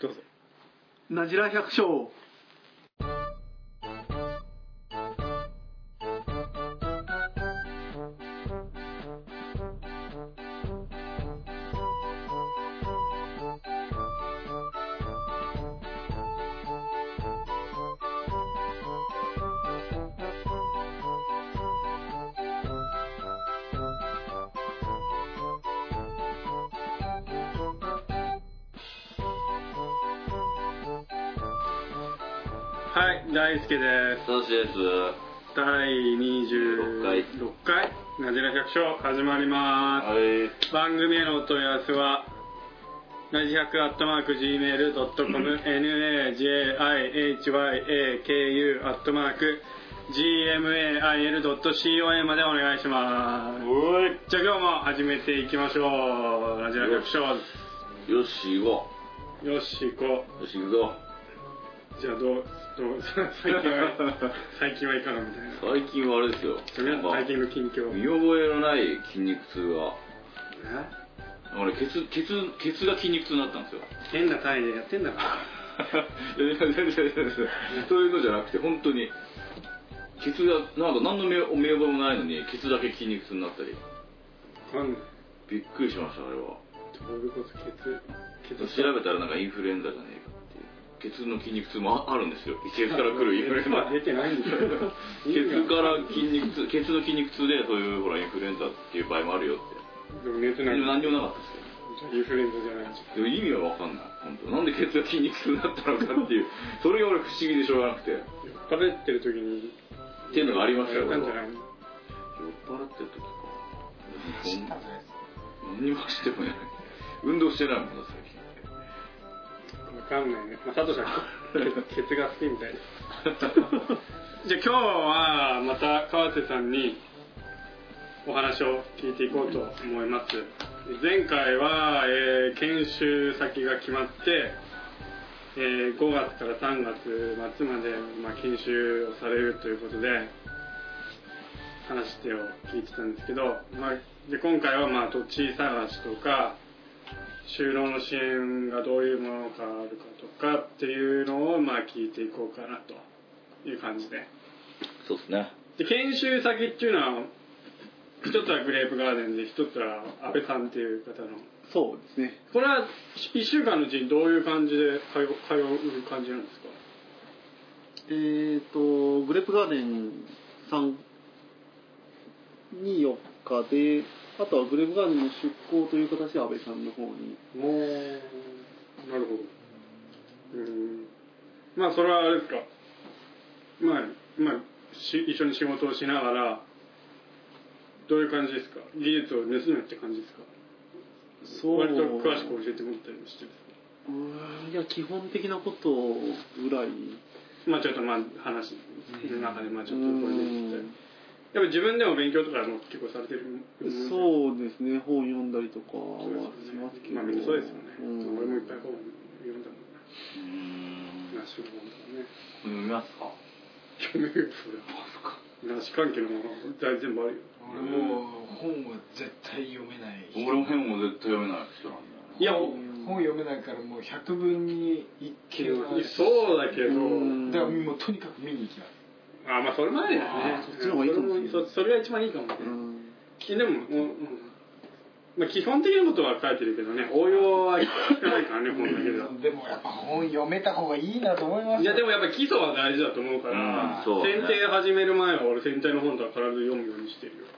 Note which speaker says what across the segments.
Speaker 1: どうぞ
Speaker 2: なじら百姓
Speaker 1: はい大輔です
Speaker 3: 楽しいです
Speaker 1: 第26回なじら百姓始まります、
Speaker 3: い
Speaker 1: 番組へのお問い合わせはなじ100アットマーク Gmail.com najihyaku アットマーク gmail.com までお願いしますじゃあ今日も始めていきましょうラジラ百姓
Speaker 3: よし行こ
Speaker 1: よし行こ
Speaker 3: うよし行くぞ
Speaker 1: うじゃあどう どう最近は最近はいかがみたいな
Speaker 3: 最近はあれですよ
Speaker 1: 皆さん最近の近況
Speaker 3: 見覚えのない筋肉痛が
Speaker 1: え
Speaker 3: 俺ケツケツケツが筋肉痛になったんですよ
Speaker 1: 変な体でやってんだから
Speaker 3: いやいや全然全然全然そういうのじゃなくて本当にケツがなんか何の名名簿もないのにケツだけ筋肉痛になったり
Speaker 1: わかんない
Speaker 3: びっくりしましたあれは
Speaker 1: どういうことケツケツ
Speaker 3: 調べたらなんかインフルエンザじゃねえかっていうケツの筋肉痛もああるんですよケツから来るインフルエンザ
Speaker 1: まあ出てないんだよ
Speaker 3: ケツから筋肉痛ケツの筋肉痛でそういうほらインフルエンザっていう場合もあるよって
Speaker 1: でも熱
Speaker 3: で
Speaker 1: ない
Speaker 3: も
Speaker 1: じ
Speaker 3: 何にもなかったですよ
Speaker 1: ゃあインフルエンザじゃない
Speaker 3: でも意味は分かんない本当なんでケツが筋肉痛になったのかっていう それが俺不思議でしょうがなくて酔っ
Speaker 1: 酔っ払ってる時に
Speaker 3: っていうのがありましたよ
Speaker 1: やったんじゃないの
Speaker 3: 払ってる時か何にもしても ない運動してないもんな最近
Speaker 1: わかんないね。まあ、佐藤さん、ケツが好きみたいです。じゃあ今日はまた川瀬さんにお話を聞いていこうと思います。前回は、えー研修先が決まって、えー5月から3月末まで、まあ、研修をされるということで話してを聞いてたんですけど、まあ、で今回はまあ土地探しとか就労の支援がどういうものがあるかとかっていうのをまあ聞いていこうかなという感じで
Speaker 3: そうですね
Speaker 1: で研修先っていうのは一つはグレープガーデンで一つは安倍さんっていう方の
Speaker 2: そうですね
Speaker 1: これは1週間のうちにどういう感じで通う通う感じなんですか
Speaker 2: えっ、とグレープガーデンさんに4日であとはグレープガーデンの出向という形で安倍さんの方に
Speaker 1: もうなるほどうんまあそれはあれですかまあまあし一緒に仕事をしながらどういう感じですか技術を盗むって感じですか
Speaker 2: そう
Speaker 1: 割と詳しく教えてもらったりもして
Speaker 2: うーんいや基本的なことぐらい
Speaker 1: まあちょっとまあ話の中でまあちょっとこれで聞きた
Speaker 2: う
Speaker 1: い
Speaker 2: ん
Speaker 1: やっぱ自分でも勉強とかも結構されてるもん
Speaker 2: そうですね本読んだりとかは
Speaker 1: そうですよ
Speaker 2: し
Speaker 1: ね
Speaker 2: ますけど
Speaker 1: まあみんなそうですよね、
Speaker 2: うん
Speaker 1: 俺もいっぱい本読んだもんなナ
Speaker 3: うーん
Speaker 1: ッシュの本とかね
Speaker 3: 読みますか
Speaker 1: 読めるよそれナッシュ関係のもの大全部あるよ
Speaker 4: 俺もう本は絶対読めない
Speaker 3: 俺も変も絶対読めない人なんだよない
Speaker 1: や
Speaker 4: 本読めないからもう100分に1
Speaker 1: い
Speaker 4: 系
Speaker 1: やそうだけど、
Speaker 2: うん
Speaker 4: だからもうとにかく見に行きます
Speaker 1: あまあそれまでだ
Speaker 2: あ
Speaker 1: ね
Speaker 2: ーそっちの方がいいかもしれない
Speaker 1: それもそそれが一番いいかもね、
Speaker 2: うん
Speaker 1: えでも、うんうんまあ、基本的なことは書いてるけどね応用は聞かないからね本だけでは
Speaker 4: でもやっぱ本読めた方がいいなと思います
Speaker 1: いやで
Speaker 4: も
Speaker 1: もやっぱ基礎は大事だと思うから、
Speaker 3: うんそうだね
Speaker 1: 剪定始める前は俺剪定の本とは必ず読むようにしてるよ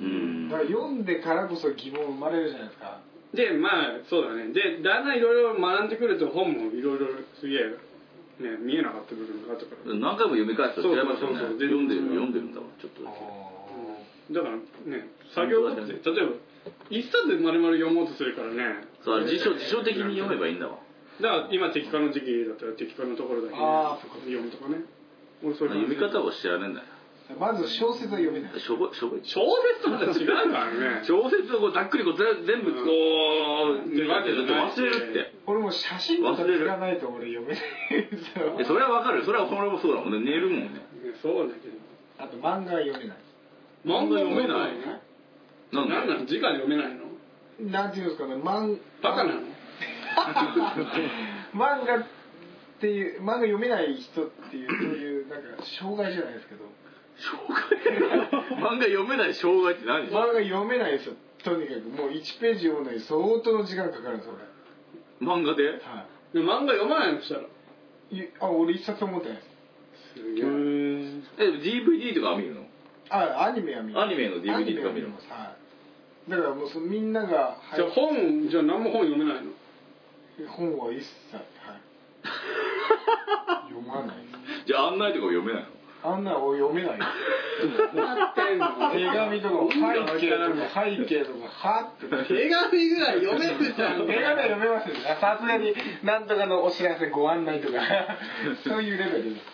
Speaker 3: うん
Speaker 4: だから読んでからこそ疑問生まれるじゃないですか
Speaker 1: でまあそうだねでだんだんいろいろ学んでくると本もいろいろすげえ、ね、見えなかった部分があったから
Speaker 3: 何回も読み返したら違いますよ
Speaker 1: そ
Speaker 3: ね
Speaker 1: うそうそうそう
Speaker 3: 読んでる読んでるんだもんちょっとだけ
Speaker 1: だからね作業だって例えば一冊丸々読もうとするからね
Speaker 3: そうあれ辞書辞書的に読めばいいんだわ
Speaker 1: だから今適化の時期だったら適化のところだけ
Speaker 4: あーそうか
Speaker 1: 読むとかね俺それ
Speaker 3: 読み方を知らねえんだよ
Speaker 4: まず小説は読めない
Speaker 3: しょぼしょぼい
Speaker 1: 小説とまた違う からね
Speaker 3: 小説をこうざっくりこうぜ全部こう見分けて忘れるって
Speaker 4: 俺もう写真とか知らないと俺読 めないですよ
Speaker 3: えそれはわかるそれは俺もそうだもんね寝るもんね
Speaker 1: ねそうだけど
Speaker 4: あと漫画は読めない
Speaker 1: 漫画読めないね
Speaker 3: なん
Speaker 1: 何な
Speaker 3: だ
Speaker 1: の字が読めないの
Speaker 4: なんていうんですかね漫
Speaker 1: バカなの
Speaker 4: 漫画っていう漫画読めない人っていうそういうなんか障害じゃないですけど
Speaker 3: 障害漫画読めない障害って何
Speaker 4: 漫画読めないですよとにかくもう1ページ読むのに相当の時間かかるんです俺
Speaker 3: 漫画で
Speaker 4: は
Speaker 1: でも漫画読まないのしたら
Speaker 4: いいあ俺一冊も持ってないです
Speaker 1: すげえ
Speaker 3: え DVD とかは見るの
Speaker 4: あアニメは見る
Speaker 3: アニメの DVD
Speaker 4: アニメはますはいだからもうそのみんなが
Speaker 1: じゃあ
Speaker 4: はい
Speaker 1: 本じゃあ何も本読めないの
Speaker 4: 本は一切はい読まない
Speaker 3: じゃあ案内とか読めないの
Speaker 4: あんなの俺読めないです手紙とかも背景とか背景とかはって
Speaker 1: 手紙ぐらい読めるじゃん
Speaker 4: 手紙は読めますよさすがになんとかのお知らせご案内 とかそういうレベルです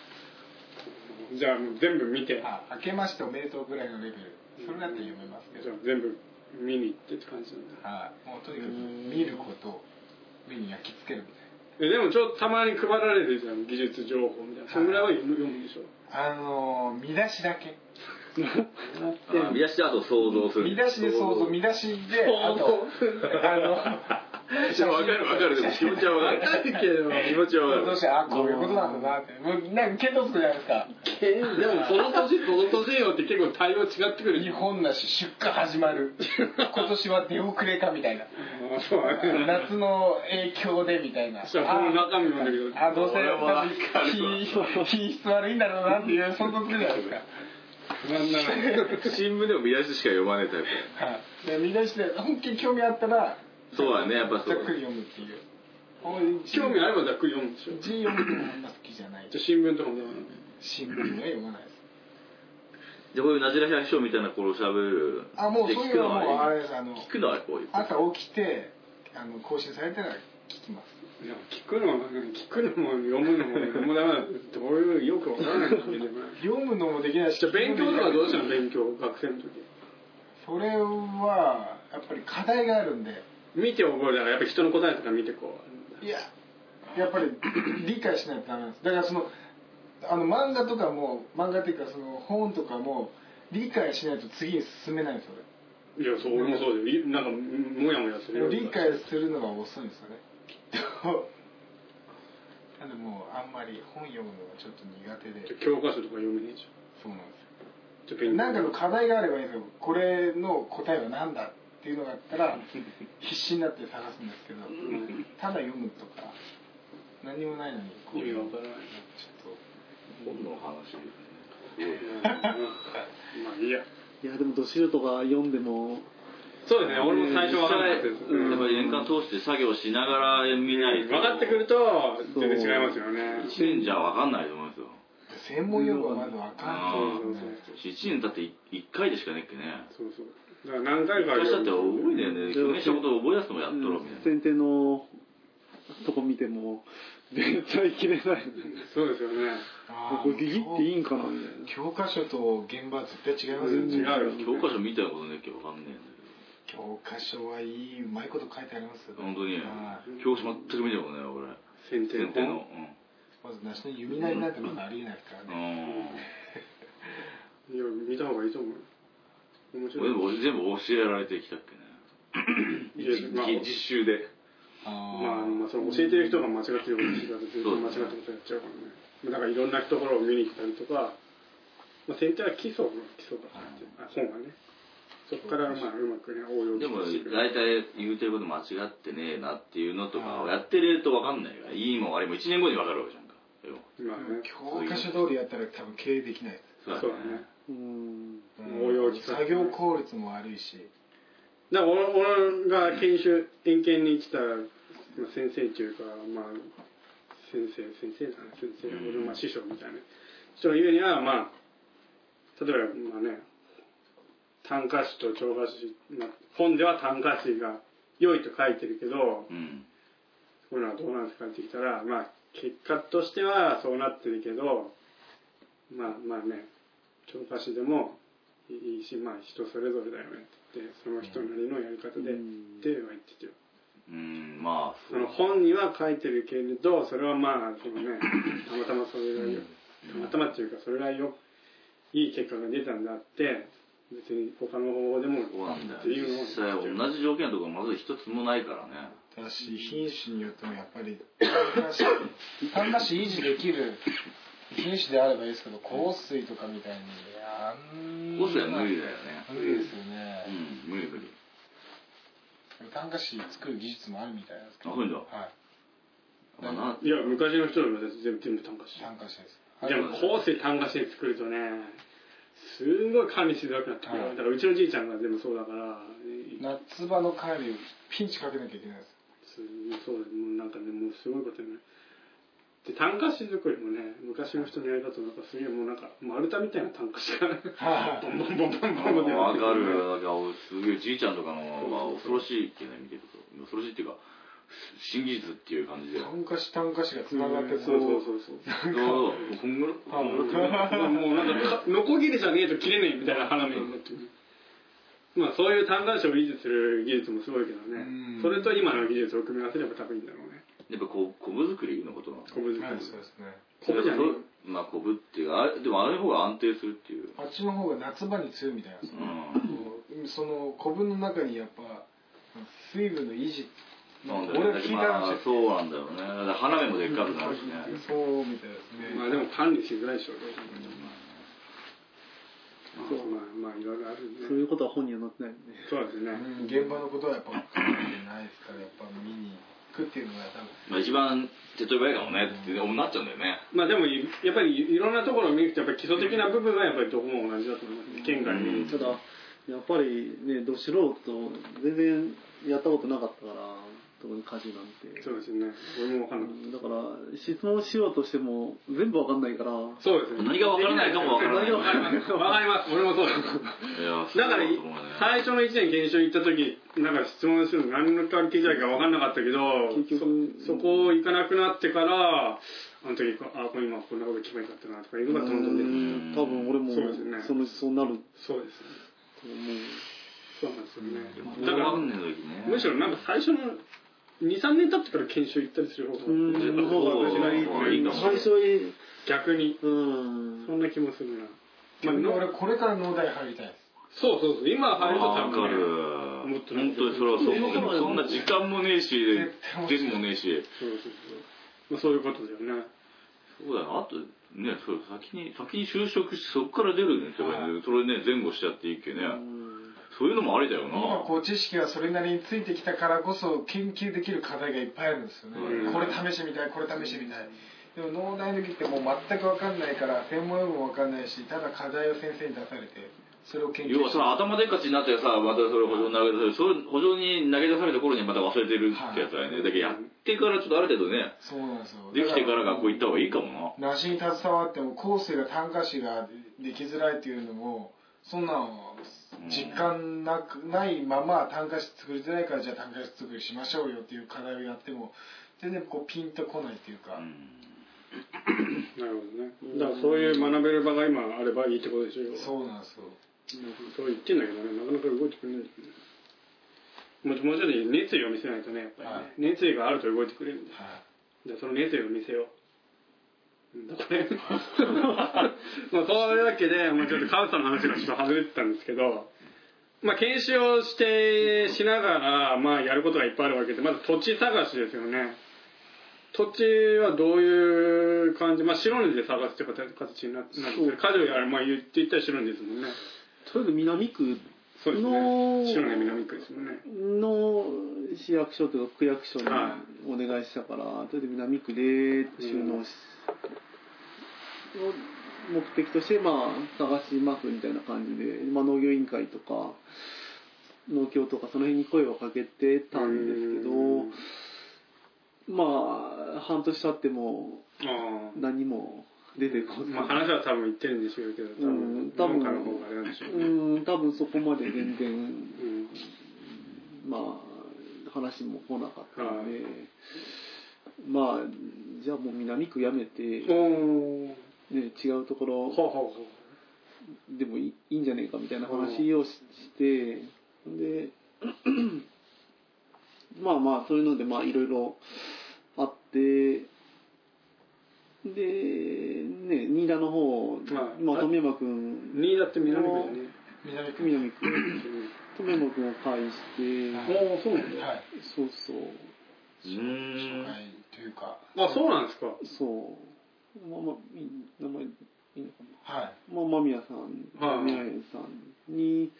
Speaker 1: じゃあもう全部見てじゃあ
Speaker 4: あ明けましておめでとうぐらいのレベルそれだって読めますけど
Speaker 1: 全部見に行ってって感じなんだ
Speaker 4: はいもうとにかく見ることを目に焼き付けるみたい
Speaker 1: えでもちょっとたまに配られるじゃん技術情報みたいなそんぐらいは読む読むでしょ
Speaker 4: なあのー見出しだけ
Speaker 3: あ見出しであと想像する
Speaker 4: 見出しで想像見出しであとあの
Speaker 3: いやわかるわかるでも気持ちはわかる
Speaker 1: だけど
Speaker 3: 気持ちはわか
Speaker 4: どう
Speaker 3: る
Speaker 4: してあこういうことなんだなってもうなんか見当つくじゃないですか
Speaker 1: でもその 年その年によって結構対応違ってくる
Speaker 4: 日本なし出荷始まる今年は出遅れかみたいな
Speaker 1: あそう
Speaker 4: 夏の影響でみたいな
Speaker 1: そうこの中身もだけど
Speaker 4: ああどうせ
Speaker 3: 俺もわかるわ
Speaker 4: 品 品質悪いんだろうなっていう想像つくじゃないですか
Speaker 1: なんなら
Speaker 3: 新聞でも見出ししか読まないタイプ
Speaker 4: はいで見出して本気に興味あったら
Speaker 3: そうだねやっぱそ
Speaker 4: ざっ
Speaker 3: う
Speaker 4: くり読むっていう本
Speaker 1: 興味あればざっくり読むんでしょ
Speaker 4: 字読むのもあんま好きじゃない
Speaker 1: じゃあ新聞とかも読む
Speaker 4: 新聞は読まないです
Speaker 3: じゃあこういうなじら百姓みたいな頃しゃべる
Speaker 4: あもうそういうのはもうあれですあの
Speaker 3: 聞くのはこういう
Speaker 4: 朝起きてあの更新されたら聞きます
Speaker 1: いや聞くのも聞くのも読むのも読むだめどういうよくわからないんだけど
Speaker 4: 読むのもできないし
Speaker 1: じゃあ勉強とかどうしたの勉強学生の時
Speaker 4: それはやっぱり課題があるんで
Speaker 1: 見て覚えるだからやっぱ人の答えとか見てこ
Speaker 4: いややっぱり 理解しないとダメなんですだからそのあの漫画とかも漫画っていうかその本とかも理解しないと次に進めないんですよ
Speaker 1: ういやそう俺もそうでなんかもやもやするよ
Speaker 4: 俺理解するのが遅いんですよねきっとなん でもうあんまり本読むのがちょっと苦手で
Speaker 1: 教科書とか読めねえじ
Speaker 4: そうなんです
Speaker 1: ゃんじゃあ
Speaker 4: よ
Speaker 1: 勉強
Speaker 4: なんかの課題があればいいんですよこれの答えは何だっていうのがあったら必死になって探すんですけど
Speaker 1: うん
Speaker 4: ただ読むとか何もないのにこ
Speaker 1: 意
Speaker 4: う
Speaker 1: 味
Speaker 4: いう
Speaker 1: わ
Speaker 4: の
Speaker 1: か
Speaker 4: ちょっ
Speaker 1: らない
Speaker 4: と
Speaker 3: 本の話
Speaker 1: うんまあいいや
Speaker 2: いやでもど素人が読んでも
Speaker 1: そうですね俺も最初わかんないです
Speaker 3: うんやっぱり年間通して作業しながら見ないと
Speaker 1: 分かってくると全然違いますよね
Speaker 3: 一年じゃ分かんないと思いますよ
Speaker 4: 専門用語はまだわかんないですよね
Speaker 3: 一年だってい一回でしかねっけね
Speaker 1: そうそうだから何回
Speaker 3: 一
Speaker 1: か
Speaker 3: 回したって
Speaker 1: 読む
Speaker 3: 覚えてね去年したこと覚え出すのもやっとろうみたい
Speaker 2: 先
Speaker 3: な
Speaker 2: 手のとこ見ても絶対切れない
Speaker 1: そうですよね
Speaker 4: あー
Speaker 2: これビギっていいんかなみたいな
Speaker 4: 教科書と現場は絶対違いますよ
Speaker 1: 違う
Speaker 4: ね
Speaker 1: よ
Speaker 3: 教科書見たことねっけ分かんねえんだけ
Speaker 4: 教科書はいいうまいこと書いてありますよ
Speaker 3: ど本当に
Speaker 4: はい
Speaker 3: 教科書全く見たことない俺
Speaker 1: 先手の
Speaker 3: 先手の
Speaker 4: まず梨の弓なりなんてまだありえないですから
Speaker 3: う
Speaker 4: ね
Speaker 1: い
Speaker 3: ん
Speaker 1: や見た方がいいと思う面
Speaker 3: うん俺
Speaker 1: 白い
Speaker 3: も全部教えられてきたっけ
Speaker 1: い
Speaker 3: ね
Speaker 1: やまあ
Speaker 3: 実習で
Speaker 1: まあ、
Speaker 4: あ
Speaker 1: まあ、その教えてる人が間違ってることにしかずっと間違ったことやっちゃうからねだからいろんなところを見に行ったりとか、まあ、先手は基礎の基礎だからってあ本はねそこからまあうまくね応用
Speaker 3: でも
Speaker 1: してくれる
Speaker 3: 大体言うてること間違ってねえなっていうのとかをやってると分かんないからいいもんあれも1年後に分かるわけじゃんか
Speaker 1: まあね
Speaker 4: あ教科書通りやったら多分経営できないです
Speaker 1: そうだね
Speaker 2: うん
Speaker 1: 応用利かない
Speaker 4: 作業効率も悪いし
Speaker 1: だから俺俺が研修点検に来た、まあ、先生っていうかまあ先生先生だね先生俺のまあ師匠みたいな人が言うにはまあ例えばまあね短歌詞と長歌詞、まあ、本では短歌詞が良いと書いてるけど
Speaker 3: うん
Speaker 1: こういうのはどうなんですかって聞いたらまあ結果としてはそうなってるけどまあまあね長歌詞でもいいしまあ人それぞれだよねって言ってその人なりのやり方で、
Speaker 2: うん
Speaker 1: っては言ってて
Speaker 3: うんまあ
Speaker 1: その本には書いてるけれどそれはまあその ねたまたまそれがよたまたまっていうかそれがよいい結果が出たんであって別に他の方法でも
Speaker 3: そうなんだよ
Speaker 1: っていうのを
Speaker 3: 実際同じ条件のところまず一つもないからね
Speaker 4: ただし品種によってもやっぱり単なし維持できる 品種であればいいですけど香水とかみたいにいや
Speaker 3: 香水は無理だよね
Speaker 4: 無理ですよ
Speaker 3: う
Speaker 4: ね、
Speaker 3: ん無理無理
Speaker 4: 単価紙作る技術もあるみたいなんですけど
Speaker 3: あそうなんだ
Speaker 4: はい
Speaker 3: まあない
Speaker 1: や昔の人の昔全部全部単価し
Speaker 4: 単価紙です
Speaker 1: でも香水単価して作るとねすごい管理しづらくなってくる、
Speaker 4: はい
Speaker 1: だからうちのじいちゃんが全部そうだから
Speaker 4: 夏場の管理をピンチかけなきゃいけないです
Speaker 1: すそうだねもうなんかねもうすごいことになるで単価紙作りもね昔の人のやり方なんかすげえもうなんか丸太みたいな単価紙が
Speaker 4: は
Speaker 1: ボンボンボンボンボンボンってやっ
Speaker 3: わ
Speaker 1: て
Speaker 3: か
Speaker 1: く
Speaker 3: る
Speaker 1: る
Speaker 3: よだから俺すげえじいちゃんとかの、まあ、
Speaker 1: そう
Speaker 3: 恐
Speaker 1: そうそう
Speaker 3: ろしいってね見てると恐ろしいっていうか新技術っていう感じで
Speaker 4: 単価紙単価紙がつながって
Speaker 1: そうそうそうそう
Speaker 3: そうこんぐらいこんぐらい
Speaker 1: もうなんかノコギリじゃねえと切れねえみたいな花芽になってるまあそういう単眼紙を維持する技術もすごいけどね
Speaker 4: うん
Speaker 1: それと今の技術を組み合わせれば多分いいんだろうね
Speaker 3: やっぱこうコブ作りのことなの
Speaker 1: コブ
Speaker 4: は
Speaker 1: 作
Speaker 4: い
Speaker 1: り
Speaker 4: そうですね
Speaker 1: コブじゃね
Speaker 3: まあコブっていうかあれでもあれの方が安定するっていう
Speaker 4: あっちの方が夏場に強いみたいなんです
Speaker 3: う
Speaker 4: よ
Speaker 3: ん
Speaker 4: その古文の中にやっぱ水分の維持
Speaker 3: なんだ
Speaker 4: 俺
Speaker 3: よ
Speaker 4: は
Speaker 3: ね
Speaker 4: 聞いた
Speaker 3: まあ
Speaker 4: 話
Speaker 3: そうなんだよねだから花芽もでっかくなるしね
Speaker 4: そうみたいです
Speaker 1: え
Speaker 4: ね、
Speaker 1: まあでも管理しづらいでしょうね
Speaker 2: そう
Speaker 1: まあまあいろいろあるね
Speaker 2: そういうことは本には載ってないよね
Speaker 1: そうですね
Speaker 4: うん現場のことはやっぱ考えてないですからやっぱ見に行くっていうのが多分
Speaker 3: まあ一番手っ取り早いかもねってなっちゃうんだよね
Speaker 1: まあでもいやっぱりいろんなところを見るとやっぱり基礎的な部分はやっぱりどこも同じだと思いますね県外
Speaker 3: う
Speaker 1: に
Speaker 3: ん
Speaker 2: ただやっぱりねど素人全然やったことなかったから特に家事なんて
Speaker 1: そうですね俺も分かんなかっ
Speaker 2: だから質問しようとしても全部わかんないから
Speaker 1: たそうですね
Speaker 3: 何が分からないか も分からない
Speaker 1: 何が分からないか分かります俺もそうです
Speaker 3: いや
Speaker 1: だから
Speaker 3: そうと思うね
Speaker 1: 最初の1年研修行った時なんか質問するの何の関係じゃないか分かんなかったけど
Speaker 2: 結局
Speaker 1: そそこ行かなくなってからあの時あこれ今こんなこと聞けばよかったなとかいうのがどんどん出てくる
Speaker 3: ん
Speaker 2: 多分俺も
Speaker 1: そうですね
Speaker 2: そのそうなる
Speaker 1: そうです
Speaker 2: と思う
Speaker 1: そうなんですよ
Speaker 3: で
Speaker 1: ね
Speaker 3: も
Speaker 1: だから
Speaker 3: 高学年の時ね
Speaker 1: むしろなんか最初の23年経ってから研修行ったりする方が
Speaker 2: うんの方が
Speaker 1: 私はいい
Speaker 3: そういいかも
Speaker 2: 最初に
Speaker 1: 逆に
Speaker 2: うん
Speaker 1: そんな気もするな、まあ
Speaker 4: 逆に
Speaker 1: の
Speaker 4: 俺これから農大入りたいです
Speaker 1: そうそうそう今入ると多
Speaker 3: わ
Speaker 1: 分
Speaker 3: か
Speaker 1: ね
Speaker 3: る
Speaker 1: もっ
Speaker 3: 本
Speaker 1: と
Speaker 3: 当にそれはそう思う
Speaker 2: でも
Speaker 3: そんな時間もねえし
Speaker 4: 絶対面白
Speaker 3: 出
Speaker 4: い
Speaker 3: もねえし
Speaker 1: そうそうそう、まあ、そういうことだよね
Speaker 3: そうだよあとねそう先に先に就職してそこから出るねって言えばいいんだけどそれね前後しちゃっていいっけねそういうのもありだよな
Speaker 4: 今こう知識がそれなりについてきたからこそ研究できる課題がいっぱいあるんですよね、
Speaker 3: うん
Speaker 4: これ試してみたいこれ試してみたいでも農大の時ってもう全く分かんないから専門用語も分かんないしただ課題を先生に出されてそれを研究
Speaker 3: 要は
Speaker 4: して
Speaker 3: さ頭でっかちになってさまたそれ補助に投げ出されるそれ補助に投げ出された頃にまた忘れてるってやつだよねだけどやってからちょっとある程度ね
Speaker 4: そうなんですよ
Speaker 3: できてから学校行った方がいいかも
Speaker 4: 梨に携わっても後世が単価詞ができづらいっていうのもそんなの実感なく、ないまま単価詞作りづらいからじゃあ単価詞作りしましょうよっていう課題をやっても全然こうピンとこないっていうか、
Speaker 3: なうん
Speaker 1: なるほどねだからそういう学べる場が今あればいいってことでしょう
Speaker 4: そうなんですよ
Speaker 1: そう言ってんだけどねなかなか動いてくれないんだよねもうもうちょっと熱意を見せないとねやっぱりね、
Speaker 4: はい
Speaker 1: 熱意があると動いてくれるんだよ
Speaker 4: は
Speaker 1: じゃあその熱意を見せよ ううんだからねまあそういうわけで、まあ、ちょっと川内さんの話がちょっと外れてたんですけどまあ研修をしてしながら、まあ、やることがいっぱいあるわけでまず土地探しですよね土地はどういう感じ、まあ、白根で探すって形になってるんですけど家事をやる、まあ、言っていったら白根ですもんね
Speaker 2: とりあえず南区
Speaker 1: そうです
Speaker 2: の
Speaker 1: ね。白根南区ですもんね。
Speaker 2: の市役所というか区役所に
Speaker 1: は
Speaker 2: お願いしたから、とりあえず南区で収納し、を目的として、まあ、探しますみたいな感じで、まあ、農業委員会とか農協とかその辺に声をかけてたんですけど、
Speaker 1: うん
Speaker 2: まあ半年経っても
Speaker 1: ああ。
Speaker 2: 何も出てこず、
Speaker 1: まあ話は多分言ってるんでしょうけど、多
Speaker 2: うん
Speaker 1: 分、
Speaker 2: 多分
Speaker 1: 農家の方があれなんでしょう
Speaker 2: う
Speaker 1: ね。
Speaker 2: ん多分そこまで全然
Speaker 1: うん。
Speaker 2: まあ話も来なかったので、
Speaker 1: は
Speaker 2: まあじゃあもう南区やめて、ね、
Speaker 1: おー。
Speaker 2: 違うと
Speaker 1: ほ
Speaker 2: こ
Speaker 1: う
Speaker 2: ろ
Speaker 1: ほうほ
Speaker 2: でもいいいいんじゃねえかみたいな話をししてで まあまあそういうのでまあいろいろあって。でね、新田の方、
Speaker 1: はい
Speaker 2: まあ、富山
Speaker 1: う。
Speaker 2: 君
Speaker 1: 新潟って南区でね。
Speaker 4: い、南区
Speaker 2: 南君富山君を介して、
Speaker 1: おー、そうなんだ。
Speaker 4: はい
Speaker 2: そうそう
Speaker 3: う
Speaker 4: 紹
Speaker 3: ーん
Speaker 4: 介というか、
Speaker 1: あ、そうなんですか。
Speaker 2: そう。まあまあ、いい名前いいのか
Speaker 4: はい。
Speaker 2: な。まあ、間宮さん、
Speaker 1: はい
Speaker 2: 宮園さんに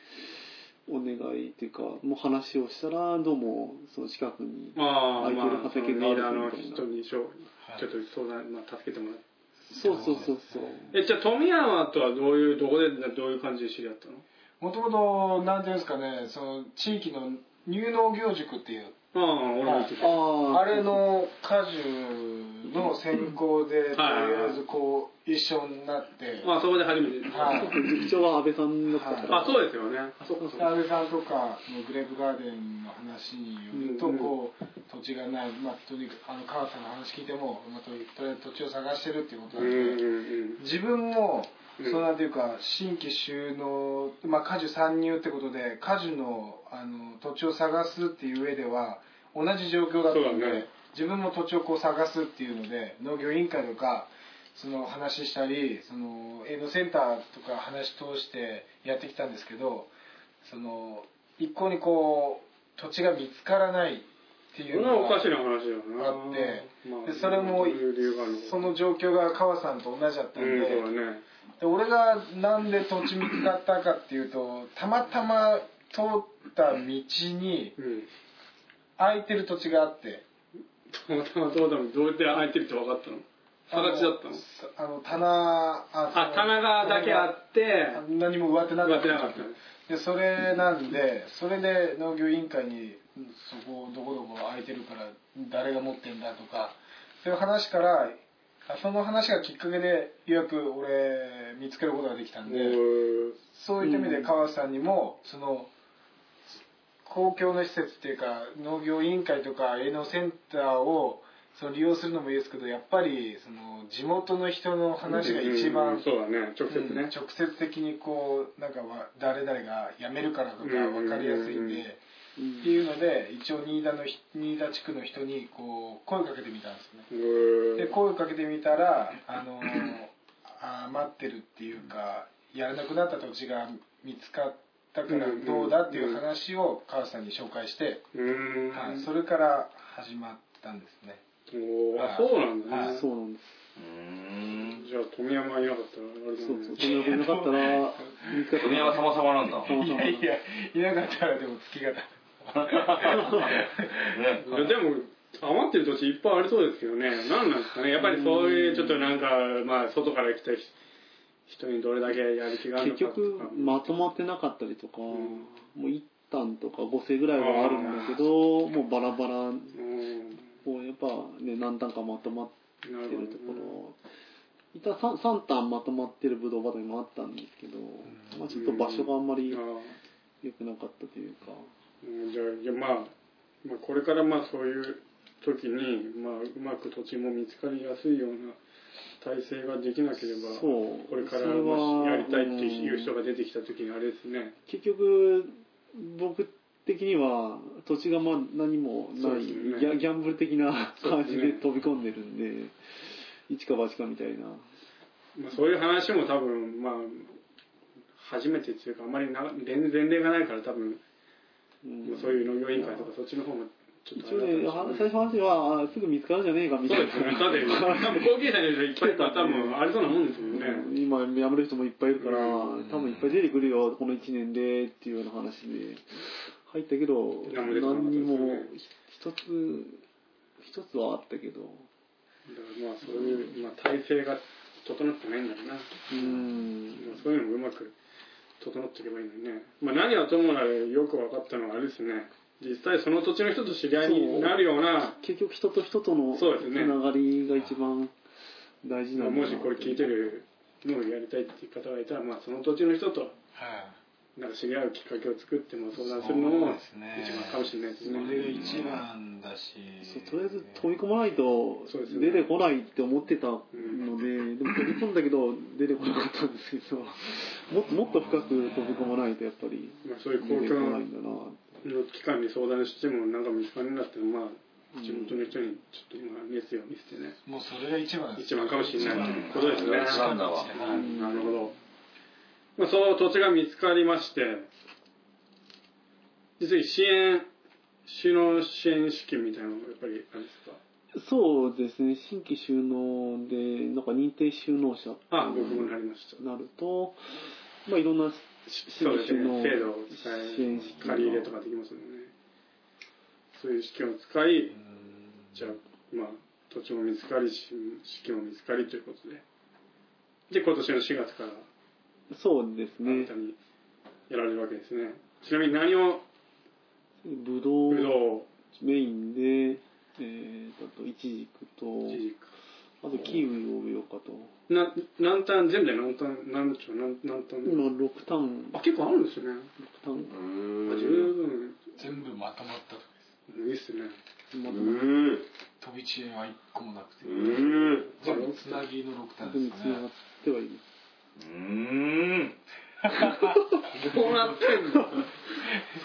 Speaker 2: お願いっていうか、もう話をしたら、どうも、その近くに、
Speaker 1: まあ、まあ、
Speaker 2: 相
Speaker 1: そ
Speaker 2: 手の
Speaker 1: のリ
Speaker 2: 畑があ
Speaker 1: ー
Speaker 2: る
Speaker 1: ダー
Speaker 2: み
Speaker 1: の
Speaker 2: たいな
Speaker 1: 人にしょ
Speaker 4: はい
Speaker 1: ちょっと相談、まあ、助けてもらって。
Speaker 2: そうそうそうそう。
Speaker 1: え、じゃあ、富山とはどういう、どこで、どういう感じで知り合ったの
Speaker 4: もともと、なんていうんですかね、その地域の乳農業塾っていう、
Speaker 1: ああ、俺も言ってた。
Speaker 2: ああ、
Speaker 4: あれの果樹の選考で、とりあえずこう、一緒になって、
Speaker 1: まあ、そこで初めて。
Speaker 4: はい
Speaker 2: そうそう、塾長は安倍さんだったから。
Speaker 1: あ、そうですよね。あ、そっかそっか。
Speaker 4: 安部さんとかのグレープガーデンの話によると、
Speaker 1: うんうん
Speaker 4: こう土地がない、まあ、とにかくあの川さんの話聞いても、まあ、とりとりあえず土地を探してるっていうこと
Speaker 1: う
Speaker 4: なんんで、
Speaker 1: うん
Speaker 4: 自分も
Speaker 1: うん
Speaker 4: そうなんていうか新規収納、まあ、果樹参入ってことで果樹のあの土地を探すっていう上では同じ状況だった
Speaker 1: そ
Speaker 4: の
Speaker 1: うだ
Speaker 4: で、
Speaker 1: ね
Speaker 4: 自分も土地をこう探すっていうので農業委員会とかその話したりその営農センターとか話通してやってきたんですけどその一向にこう土地が見つからないって
Speaker 1: うん。
Speaker 4: い
Speaker 1: そん
Speaker 4: う
Speaker 1: なお
Speaker 4: が
Speaker 1: かしな話だよな。
Speaker 4: あって
Speaker 1: まあ
Speaker 4: でそれも
Speaker 1: どういう理由があるのか
Speaker 4: その状況が川さんと同じだったんで。
Speaker 1: うん、そうだね。
Speaker 4: で俺がなんで土地見つかったかっていうとたまたま通った道に
Speaker 1: うん。
Speaker 4: 空いてる土地があって
Speaker 1: たまたまどうだもどうやって空いてるって分かったの更地だったの
Speaker 4: あの棚あ
Speaker 1: あ棚がだけあって
Speaker 4: あ何も植わってな
Speaker 1: 植
Speaker 4: か
Speaker 1: わ
Speaker 4: っ
Speaker 1: って
Speaker 4: た
Speaker 1: なかったの
Speaker 4: でそれなんでそれで農業委員会にうんそこどこどこ空いてるから誰が持ってんだとかそういう話からあその話がきっかけでようやく俺見つけることができたんで。そういった意味で川瀬さんにも、その公共の施設っていうか農業委員会とか営農センターをその利用するのもいいですけどやっぱりその地元の人の話が一
Speaker 1: う
Speaker 4: 番
Speaker 1: ん、そうだね直接
Speaker 4: うん
Speaker 1: ね
Speaker 4: 直接的にこうなんかわ誰々が辞めるからとか分かりやすいん
Speaker 1: うんうんうん
Speaker 4: で。
Speaker 2: うん
Speaker 4: っていうので一応新田のひ新田地区の人にこう声かけてみたんですね
Speaker 1: うー
Speaker 4: で声かけてみたら、あのあー待ってるっていうかやらなくなった土地が見つかったから
Speaker 1: うんうん
Speaker 4: どうだっていう話を母さんに紹介して、
Speaker 1: うーん
Speaker 4: はい、それから始まったんですね
Speaker 1: おーあそうなんだ
Speaker 4: は
Speaker 1: ね
Speaker 4: い
Speaker 2: そうなんです。
Speaker 3: うん
Speaker 1: じゃあ富山いなかったらあれだ
Speaker 2: そう
Speaker 1: もん
Speaker 2: そう。
Speaker 1: ね
Speaker 2: そんなことなかったら、見つかった
Speaker 3: 富山様様なんだ。ね
Speaker 2: 様
Speaker 4: い
Speaker 2: 々
Speaker 4: や
Speaker 2: ない
Speaker 4: やいなかったらでも月がた
Speaker 1: いやでも余ってる土地いっぱいありそうですけどね何なんですかねやっぱりそういうちょっとなんかまあ外から来た人人にどれだけやる気があるの
Speaker 2: 結
Speaker 1: かと
Speaker 2: 局
Speaker 1: か
Speaker 2: まとまってなかったりとか、
Speaker 1: ん
Speaker 2: もう1単とか5世ぐらいはあるんだけどもうバラバラこ
Speaker 1: うん
Speaker 2: うやっぱね何単かまとまって
Speaker 1: なる
Speaker 2: る
Speaker 1: ほどね
Speaker 2: ところいた 3, 3単まとまってるブドウ畑もあったんですけど、まあ、ちょっと場所があんまり
Speaker 1: あー
Speaker 2: 良くなかったというか、
Speaker 1: うんじゃあいや、まあ、まあこれからまあそういう時に、まあ、うまく土地も見つかりやすいような体制ができなければ
Speaker 2: そう
Speaker 1: これから
Speaker 2: それは
Speaker 1: もしやりたいっていう人が出てきた時にあれですね
Speaker 2: 結局僕的には土地がまあ何も
Speaker 1: そう
Speaker 2: ない、
Speaker 1: ですね
Speaker 2: ギャギャンブル的な
Speaker 1: そう
Speaker 2: 感
Speaker 1: です
Speaker 2: じ
Speaker 1: ね
Speaker 2: で飛び込んでるんで一か八かみたいな
Speaker 1: まあ、そういう話も多分まあ初めてっていうかあまりな全前例がないから多分、
Speaker 2: うん
Speaker 1: まあ、そういう農業委員会とかそっちの方もちょっ
Speaker 2: 一
Speaker 1: と
Speaker 2: 応
Speaker 1: あ
Speaker 2: ね、
Speaker 1: れだったんでしょうね
Speaker 2: 最初の話は、あすぐ見つかるじゃねえかみ
Speaker 1: そ
Speaker 2: た
Speaker 1: う
Speaker 2: い
Speaker 1: で
Speaker 2: な。
Speaker 1: すよねだって多分後継者にいっぱいいたら多分ありそうなもんですもんね、
Speaker 2: 今辞める人もいっぱいいるから、
Speaker 1: う
Speaker 2: 多分いっぱい出てくるよ、この1年でっていうような話で、入ったけど、
Speaker 1: 何も出てこなかった
Speaker 2: 何
Speaker 1: です
Speaker 2: に
Speaker 1: ね
Speaker 2: も一つ、一つはあったけど、
Speaker 1: だからまあそういう、まあ、体制が整ってないんだろうな
Speaker 2: う
Speaker 1: ま
Speaker 2: ん、
Speaker 1: あそういうのもうまく整っていけばいいのにね、まあ、何はともなれよく分かったのはあれですね実際その土地の人と知り合いになるような
Speaker 2: 結局人と人とのつ
Speaker 1: そうですね
Speaker 2: ながりが一番大事
Speaker 1: ま
Speaker 2: な
Speaker 1: あ
Speaker 2: んだ
Speaker 1: も
Speaker 2: な
Speaker 1: しこれ聞いてるのをやりたいっていう方がいたら、まあ、その土地の人と
Speaker 4: はい
Speaker 1: なんか知り合うきっかけを作っても相談するのも一番かもしれないです
Speaker 4: そ
Speaker 1: ね
Speaker 4: れが一番だし
Speaker 2: そうとりあえず飛び込まないと
Speaker 1: そうですね
Speaker 2: 出てこないって思ってたので、でも飛び込んだけど出てこなかったんですけど、もっともっと深く飛び込まないとやっぱり
Speaker 1: まあ、そういう公
Speaker 2: 出てこ
Speaker 1: 共
Speaker 2: な
Speaker 1: の
Speaker 2: いんだな。
Speaker 1: 機関に相談してもなんか見つかんなくてもまあ
Speaker 2: うん
Speaker 1: 地元の人にちょっと今熱意を見せてね
Speaker 4: もうそれが一番です
Speaker 1: 一番かもしれないということですね
Speaker 3: 一番だわ
Speaker 4: はい
Speaker 2: うん
Speaker 1: なるほど。まあ、その土地が見つかりまして、で次、支援収納支援資金みたいなのもやっぱりあれですか
Speaker 2: そうですね新規収納でなんか認定収納者
Speaker 1: あ僕もなりました、
Speaker 2: なると、まあ、いろんな新
Speaker 1: そうで
Speaker 2: 規
Speaker 1: す
Speaker 2: 収
Speaker 1: ね
Speaker 2: 納
Speaker 1: 制度を使
Speaker 2: 支
Speaker 1: い
Speaker 2: 援資金
Speaker 1: 借り入れとかできますもんねそういう資金を使いじゃあまあ土地も見つかりし資金も見つかりということでで今年の4月から
Speaker 2: そうです
Speaker 1: 新
Speaker 2: ね
Speaker 1: たにやられるわけですねちなみに何を
Speaker 2: ぶど
Speaker 1: ぶ
Speaker 2: う
Speaker 1: ど
Speaker 2: メインで、えー、あとイチジクと
Speaker 1: うイチジ
Speaker 2: あとキウイを植えようかと
Speaker 1: クな何単全部で何単何丁何何単
Speaker 2: 今6ターン
Speaker 1: あ結構あるんですよね
Speaker 2: 6ターン
Speaker 1: あ十
Speaker 3: ん
Speaker 1: 分
Speaker 4: 全部まとまった時で
Speaker 1: いいっすね
Speaker 2: まとまっ
Speaker 3: うん
Speaker 4: す飛び地円は一個もなくて
Speaker 3: うん
Speaker 4: 全部つなぎの六単
Speaker 2: てに
Speaker 4: です
Speaker 2: つ
Speaker 4: ね
Speaker 2: ながってはいる
Speaker 3: うん
Speaker 1: どうなってんの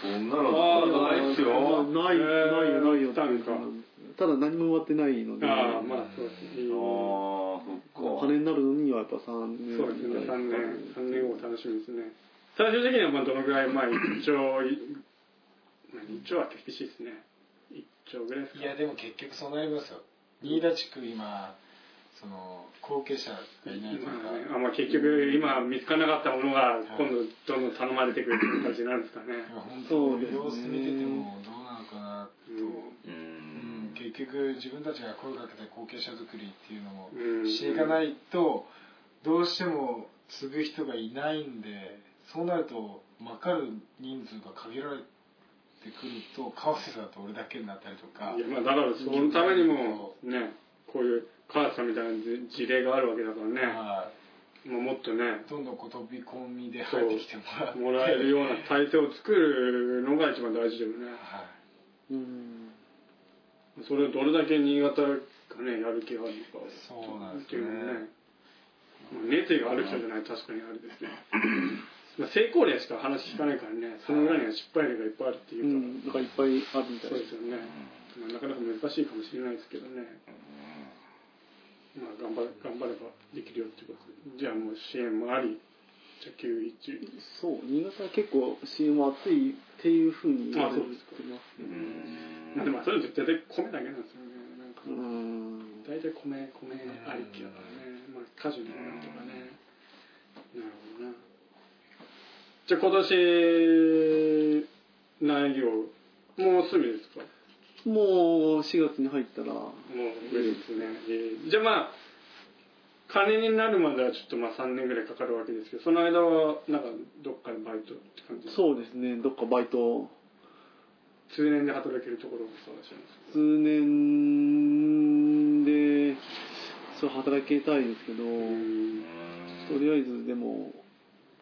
Speaker 3: そんなのないっすよ
Speaker 2: まあない
Speaker 1: へー
Speaker 2: ないよないよ
Speaker 1: ターンか
Speaker 2: ただ何も終わってないので
Speaker 1: ああまあそうですね
Speaker 3: ああそっ
Speaker 2: お
Speaker 3: か
Speaker 2: 金になるのにはやっぱ3年
Speaker 1: そうですね
Speaker 2: ぐらい
Speaker 1: 3年三年後楽しみですね最終的にはまあどのぐらいまあ1兆1兆は厳しいですね1兆ぐらいです
Speaker 4: い
Speaker 1: か
Speaker 4: やでも結局そうなりますよ新田地区今その後継者がいないという
Speaker 1: ま
Speaker 4: か
Speaker 1: あねあまあ、結局今見つからなかったものが今度どんどん頼まれてくるっていう感じになるんですかね
Speaker 4: 今本
Speaker 2: そ
Speaker 4: 当
Speaker 2: うですね
Speaker 4: に様子見ててもどうなのかなと、
Speaker 3: う
Speaker 4: うん
Speaker 3: ん
Speaker 4: 結局自分たちが声かけた後継者作りっていうのも
Speaker 1: うん
Speaker 4: していかないとどうしても継ぐ人がいないんでそうなると分かる人数が限られてくると川瀬さんと俺だけになったりとか
Speaker 1: いやまあだからそのためにもねこういう母さんみたいな事例があるわけだからね、
Speaker 4: は
Speaker 1: まあ、もっとね
Speaker 4: いどんどんこう飛び込みで入ってきても
Speaker 1: もら
Speaker 4: らって
Speaker 1: えるような体制を作るのが一番大事だよね
Speaker 4: はい
Speaker 2: うん
Speaker 1: それをどれだけ新潟がねやる気があるのか
Speaker 4: そうなんで
Speaker 1: ってい
Speaker 4: すよ
Speaker 1: うの
Speaker 4: ね
Speaker 1: ねまあ熱意がある人じゃないと確かにあれです ねまあ成功例しか話聞かないからねその裏には失敗例がいっぱいあるっていううから、
Speaker 2: んなんかいっぱいあるみたい
Speaker 1: そうですよね、まあなかなか難しいかもしれないですけどね、まあ、頑張れ頑張ればできるよっていうことでじゃあもう支援もありじゃあ91
Speaker 2: そう新潟は結構 CM 暑いっていうふうに言われてますね
Speaker 1: まあでもそれ絶対米だけなんですよねなんか
Speaker 2: うん
Speaker 1: 大体米米ありきだからねまあ果樹のなんとかねなるほどなじゃあ今年内容もうすぐですか
Speaker 2: もう4月に入ったら
Speaker 1: もう無理ですね、えーじゃあまあ金になるまではちょっとまあ3年ぐらいかかるわけですけどその間はなんかどっかでバイトって感じですか
Speaker 2: そうですねどっかバイト
Speaker 1: 通年で働けるところを探してるんです
Speaker 2: 通年でそう働きたいですけど、とりあえずでも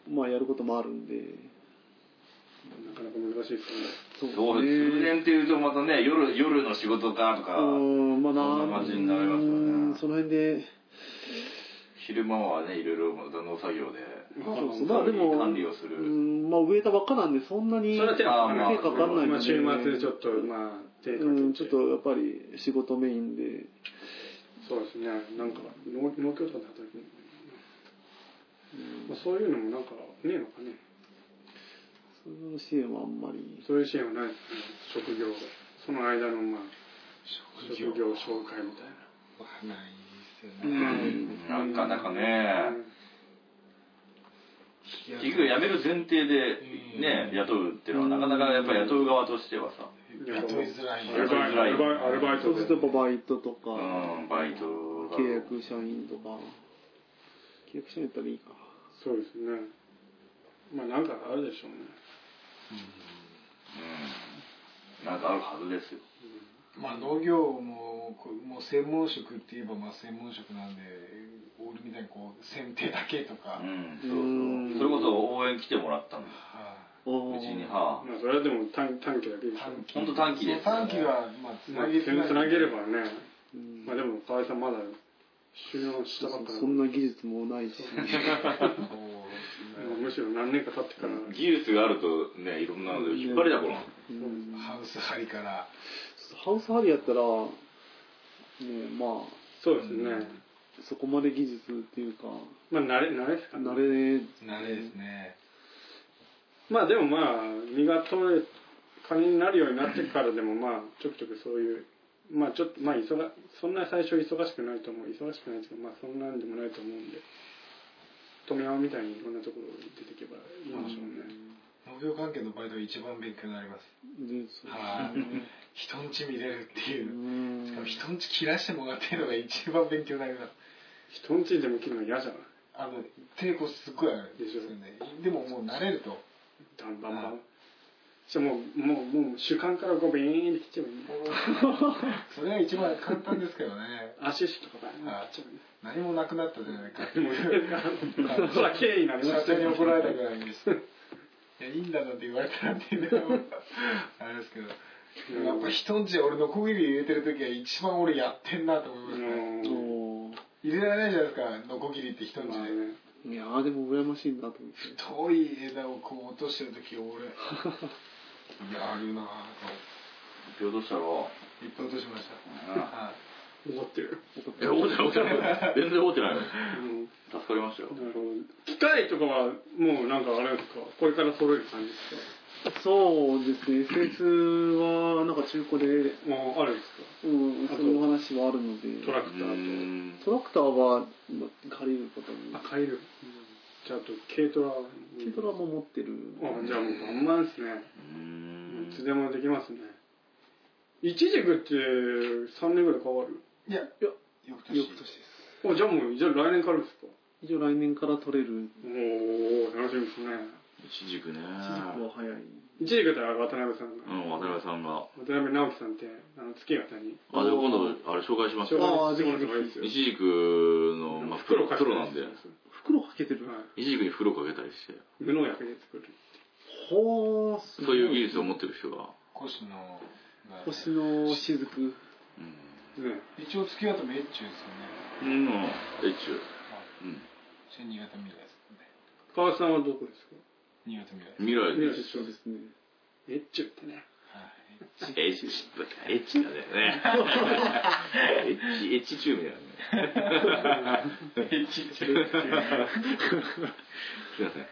Speaker 2: まあやることもあるんで
Speaker 1: けどなかなか難しいですね
Speaker 2: そ
Speaker 3: そうです通年っていうとまたね夜夜の仕事かとか
Speaker 2: うんまあ
Speaker 3: そんな感じになりますよね
Speaker 2: うんその辺で
Speaker 3: 昼間はねいろいろ農作業で
Speaker 2: そうそう
Speaker 1: ま
Speaker 2: まあでも
Speaker 3: 管理をする
Speaker 2: うんまあ植えたばっかなんでそんなに
Speaker 1: それは手がかかんない
Speaker 2: 手かかんないん
Speaker 1: まあ
Speaker 2: で
Speaker 1: 週末ちょっとまあ手かけて、
Speaker 2: うんちょっとやっぱり仕事メインで
Speaker 1: そうですねなんか農農協とかで働く、まあ、そういうのもなんかねえのかね
Speaker 2: その支援はあんまり
Speaker 1: そういう支援はないですね職業その間のまあ
Speaker 4: 職
Speaker 1: 職
Speaker 4: 業
Speaker 1: 業紹介みたいな
Speaker 4: はないですよね、
Speaker 3: なかなかね
Speaker 4: や
Speaker 3: 結局辞める前提でね
Speaker 4: うん
Speaker 3: 雇うっていうのはなかなかやっぱ雇う側としてはさ
Speaker 4: 雇いづらい
Speaker 1: アルバイトアルバイトアルバイ
Speaker 2: そ
Speaker 1: ト
Speaker 2: う
Speaker 1: です
Speaker 2: るとやっぱバイトとか、
Speaker 3: うんバイトが
Speaker 2: 契約社員とか契約社員やったらいいか
Speaker 1: そうですねまあなんかあるでしょうね
Speaker 3: うんなんかあるはずですよ
Speaker 4: まあ農業もこうもう専門職って言えばまあ専門職なんで俺みたいにこう剪定だけとか、
Speaker 3: う
Speaker 4: はい
Speaker 3: ん
Speaker 2: うん
Speaker 3: それこそ応援来てもらったんです
Speaker 2: あー
Speaker 3: うちには
Speaker 1: まあそれはでも短短期だけですよ
Speaker 4: 短期
Speaker 3: ほんと短期です
Speaker 4: そう短期がまあつ
Speaker 1: まあ
Speaker 4: なげ
Speaker 1: つ
Speaker 4: てな
Speaker 1: な
Speaker 4: い
Speaker 1: げればね
Speaker 2: うん
Speaker 1: まあでも河合さんまだ収納したばっかだ
Speaker 2: そそんな技術も ないし
Speaker 4: こ
Speaker 1: まあむしろ何年か経ってから
Speaker 3: 技術があるとねいろんなので引っ張りだこの
Speaker 2: うん
Speaker 4: うハウス張りから
Speaker 2: ハウスハリやったらねまあ
Speaker 1: そうですね
Speaker 2: そこまで技術っていうか
Speaker 1: まあ慣れ慣れですかね
Speaker 2: 慣れ
Speaker 4: 慣れですね
Speaker 1: まあでもまあ苦手金になるようになってからでもまあちょくちょくそういうまあちょっとまあ忙そんな最初忙しくないと思う忙しくないですけどまあそんなんでもないと思うんで富山みたいにいろんなところに出ていけばいいんでしょうね、
Speaker 4: 農業関係のバイトが一番勉強になりますはい人んち見れるっていうしかも人んち切らしてもらってるのが一番勉強になります
Speaker 1: 人んちでも切るの嫌じゃない
Speaker 4: あの抵抗すっごいあるんですよねでももう慣れると
Speaker 1: だんだん
Speaker 4: あ
Speaker 1: まじゃあもうもうもう主観からこうビーンって切っちゃえばいいんだよ
Speaker 4: それが一番簡単ですけどね
Speaker 1: 足式とかバーンって切っちゃえばいいんだよ
Speaker 4: 何もなくなったじゃないかって
Speaker 1: もう
Speaker 4: いう
Speaker 1: そら敬意になりま
Speaker 4: 社
Speaker 1: した
Speaker 4: 長に
Speaker 1: よ
Speaker 4: 怒られたくらいですいやいいんだなんて言われた らっていうのはあれですけどやっぱ人んち俺のこぎり入れてる時は一番俺やってんなと思いますね
Speaker 1: うん
Speaker 2: お
Speaker 4: 入れられないじゃないですかのこぎりって人んち
Speaker 1: まあ
Speaker 4: で
Speaker 1: ね
Speaker 2: ーいやーでも羨ましいなと思って
Speaker 4: 遠い枝をこう落としてる時俺やるなぁと
Speaker 3: 秒どうしたろ
Speaker 4: いっぱい落としましたはい
Speaker 1: 怒ってる
Speaker 3: え、覚えてない、覚えて ない。全然覚えてないよ。
Speaker 1: うん
Speaker 3: 助かりましたよ。
Speaker 1: なるほど機械とかはもうなんかあれですかこれから揃える感じですか
Speaker 2: そうですね SS はなんか中古で、
Speaker 1: もうあるんです
Speaker 2: うん、そのお話はあるので
Speaker 1: かトラク
Speaker 3: う
Speaker 1: ター
Speaker 3: ーん
Speaker 2: トラクターはま借りることに
Speaker 1: とあ買えるじゃああと軽トラ
Speaker 2: 軽トラも持ってる
Speaker 1: あじゃあもうバンバンですね
Speaker 3: う
Speaker 1: い
Speaker 3: ー
Speaker 1: つ
Speaker 3: ん。
Speaker 1: でもできますねいちじくって3年ぐらい変わる
Speaker 4: い
Speaker 2: い
Speaker 4: や、
Speaker 2: や
Speaker 4: 翌年。
Speaker 2: 翌年です
Speaker 1: あじゃあもうじゃあ来年からですか
Speaker 2: 一応来年から取れる
Speaker 1: おお楽しみですね
Speaker 3: いちじくね。
Speaker 2: 一軸は早い
Speaker 1: いちじくってあの渡辺さん
Speaker 3: う
Speaker 1: が
Speaker 3: ん、渡辺さんが。
Speaker 1: 渡辺直樹さんってあの月形に
Speaker 3: あ、でも今度、あれ紹介しますよ。
Speaker 2: あーぜひぜひ
Speaker 1: いいですよ
Speaker 3: いちじくの、まあ、プロ、プロなんで。
Speaker 2: 袋かけてる
Speaker 1: はい
Speaker 3: ちじくに袋かけたりして、
Speaker 1: い無農薬で作る
Speaker 2: ほーす
Speaker 3: そ
Speaker 2: ご
Speaker 3: う
Speaker 2: い
Speaker 3: いう技術を持ってる人が。
Speaker 4: 腰の。
Speaker 2: 星の雫
Speaker 3: うん。
Speaker 1: ね
Speaker 4: 一応付き合うとめっちゅうですよね。
Speaker 3: うん、えっちゅう。
Speaker 4: は
Speaker 3: うん。
Speaker 4: い。それ新潟未来ですよね。
Speaker 1: 川瀬さんはどこですか
Speaker 4: 新潟未来。
Speaker 3: 未
Speaker 1: 未来
Speaker 3: 来です。
Speaker 1: で
Speaker 2: そうですね
Speaker 1: エッチュってね
Speaker 4: はい。
Speaker 3: エッチ、エッチだよね。エッチ、エッチチューみたいなね。すいません。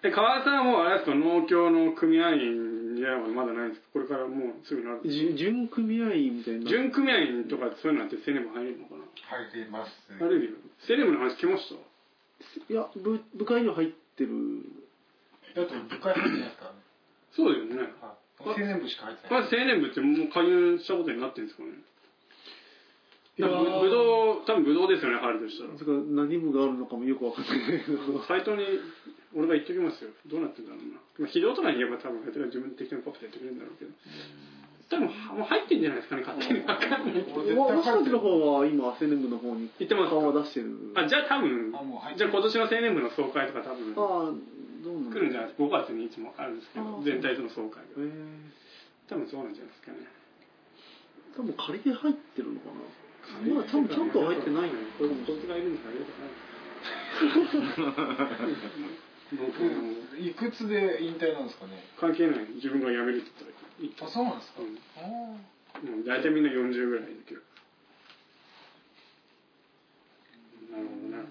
Speaker 1: え川瀬さんはもうあれですか農協の組合員じゃまだないんですかこれからもうすぐなる
Speaker 2: じゅ準組合員みたいな
Speaker 1: 準組合員とかそういうのってセネム入れるのかな
Speaker 4: 入れます。
Speaker 1: 入れるよセネムの話聞きました
Speaker 2: いや部部会には入ってる
Speaker 4: だって部会入ってないですからね。
Speaker 1: そうだよね
Speaker 4: はい。青年部しか入ってな
Speaker 1: ま
Speaker 4: い。
Speaker 1: ず青年部ってもう加入したことになってるんですかね
Speaker 2: いや
Speaker 1: なん
Speaker 2: ー
Speaker 1: かぶぶどう多分ぶどうですよね入るとしたら
Speaker 2: それから何部があるのかもよくわかんないけど
Speaker 1: サイトに俺が言っときますよどうなってんだろうな、まあ、非常とかに言えば多分ヘテラ自分的なパッとやってくれるんだろうけど多分はもう入ってんじゃないですかね勝手に分かんない
Speaker 4: もう絶対
Speaker 2: わ私
Speaker 4: 入
Speaker 2: たち
Speaker 4: って
Speaker 2: の
Speaker 4: る
Speaker 2: 方は今青年部の方に
Speaker 1: 行ってます
Speaker 2: 顔は出してる
Speaker 1: あ
Speaker 2: あ
Speaker 1: じゃあ多分
Speaker 4: あもう入っ
Speaker 1: じゃ
Speaker 4: てる
Speaker 1: あ今年の青年部の総会とか多分
Speaker 2: あど
Speaker 1: 来
Speaker 2: うなん
Speaker 1: るんじゃな
Speaker 2: ゃ
Speaker 1: いですか5月にいつもあるんですけ
Speaker 2: あ
Speaker 1: ど
Speaker 2: ー
Speaker 1: 全体との総会
Speaker 2: え
Speaker 1: が多分そうなんじゃないですかね
Speaker 2: 多分仮で入ってるのかなまだちゃんちゃんとは入ってないの
Speaker 1: これもこいつがいるんだからよくない僕
Speaker 4: うんいくつで引退なんですかね。
Speaker 1: 関係ない自分が辞めるって言った
Speaker 4: あ、
Speaker 1: ら
Speaker 4: そうなんですか。
Speaker 1: うん
Speaker 4: あ
Speaker 1: う
Speaker 4: ー
Speaker 1: ん大体みんな40ぐらいできるなるほどね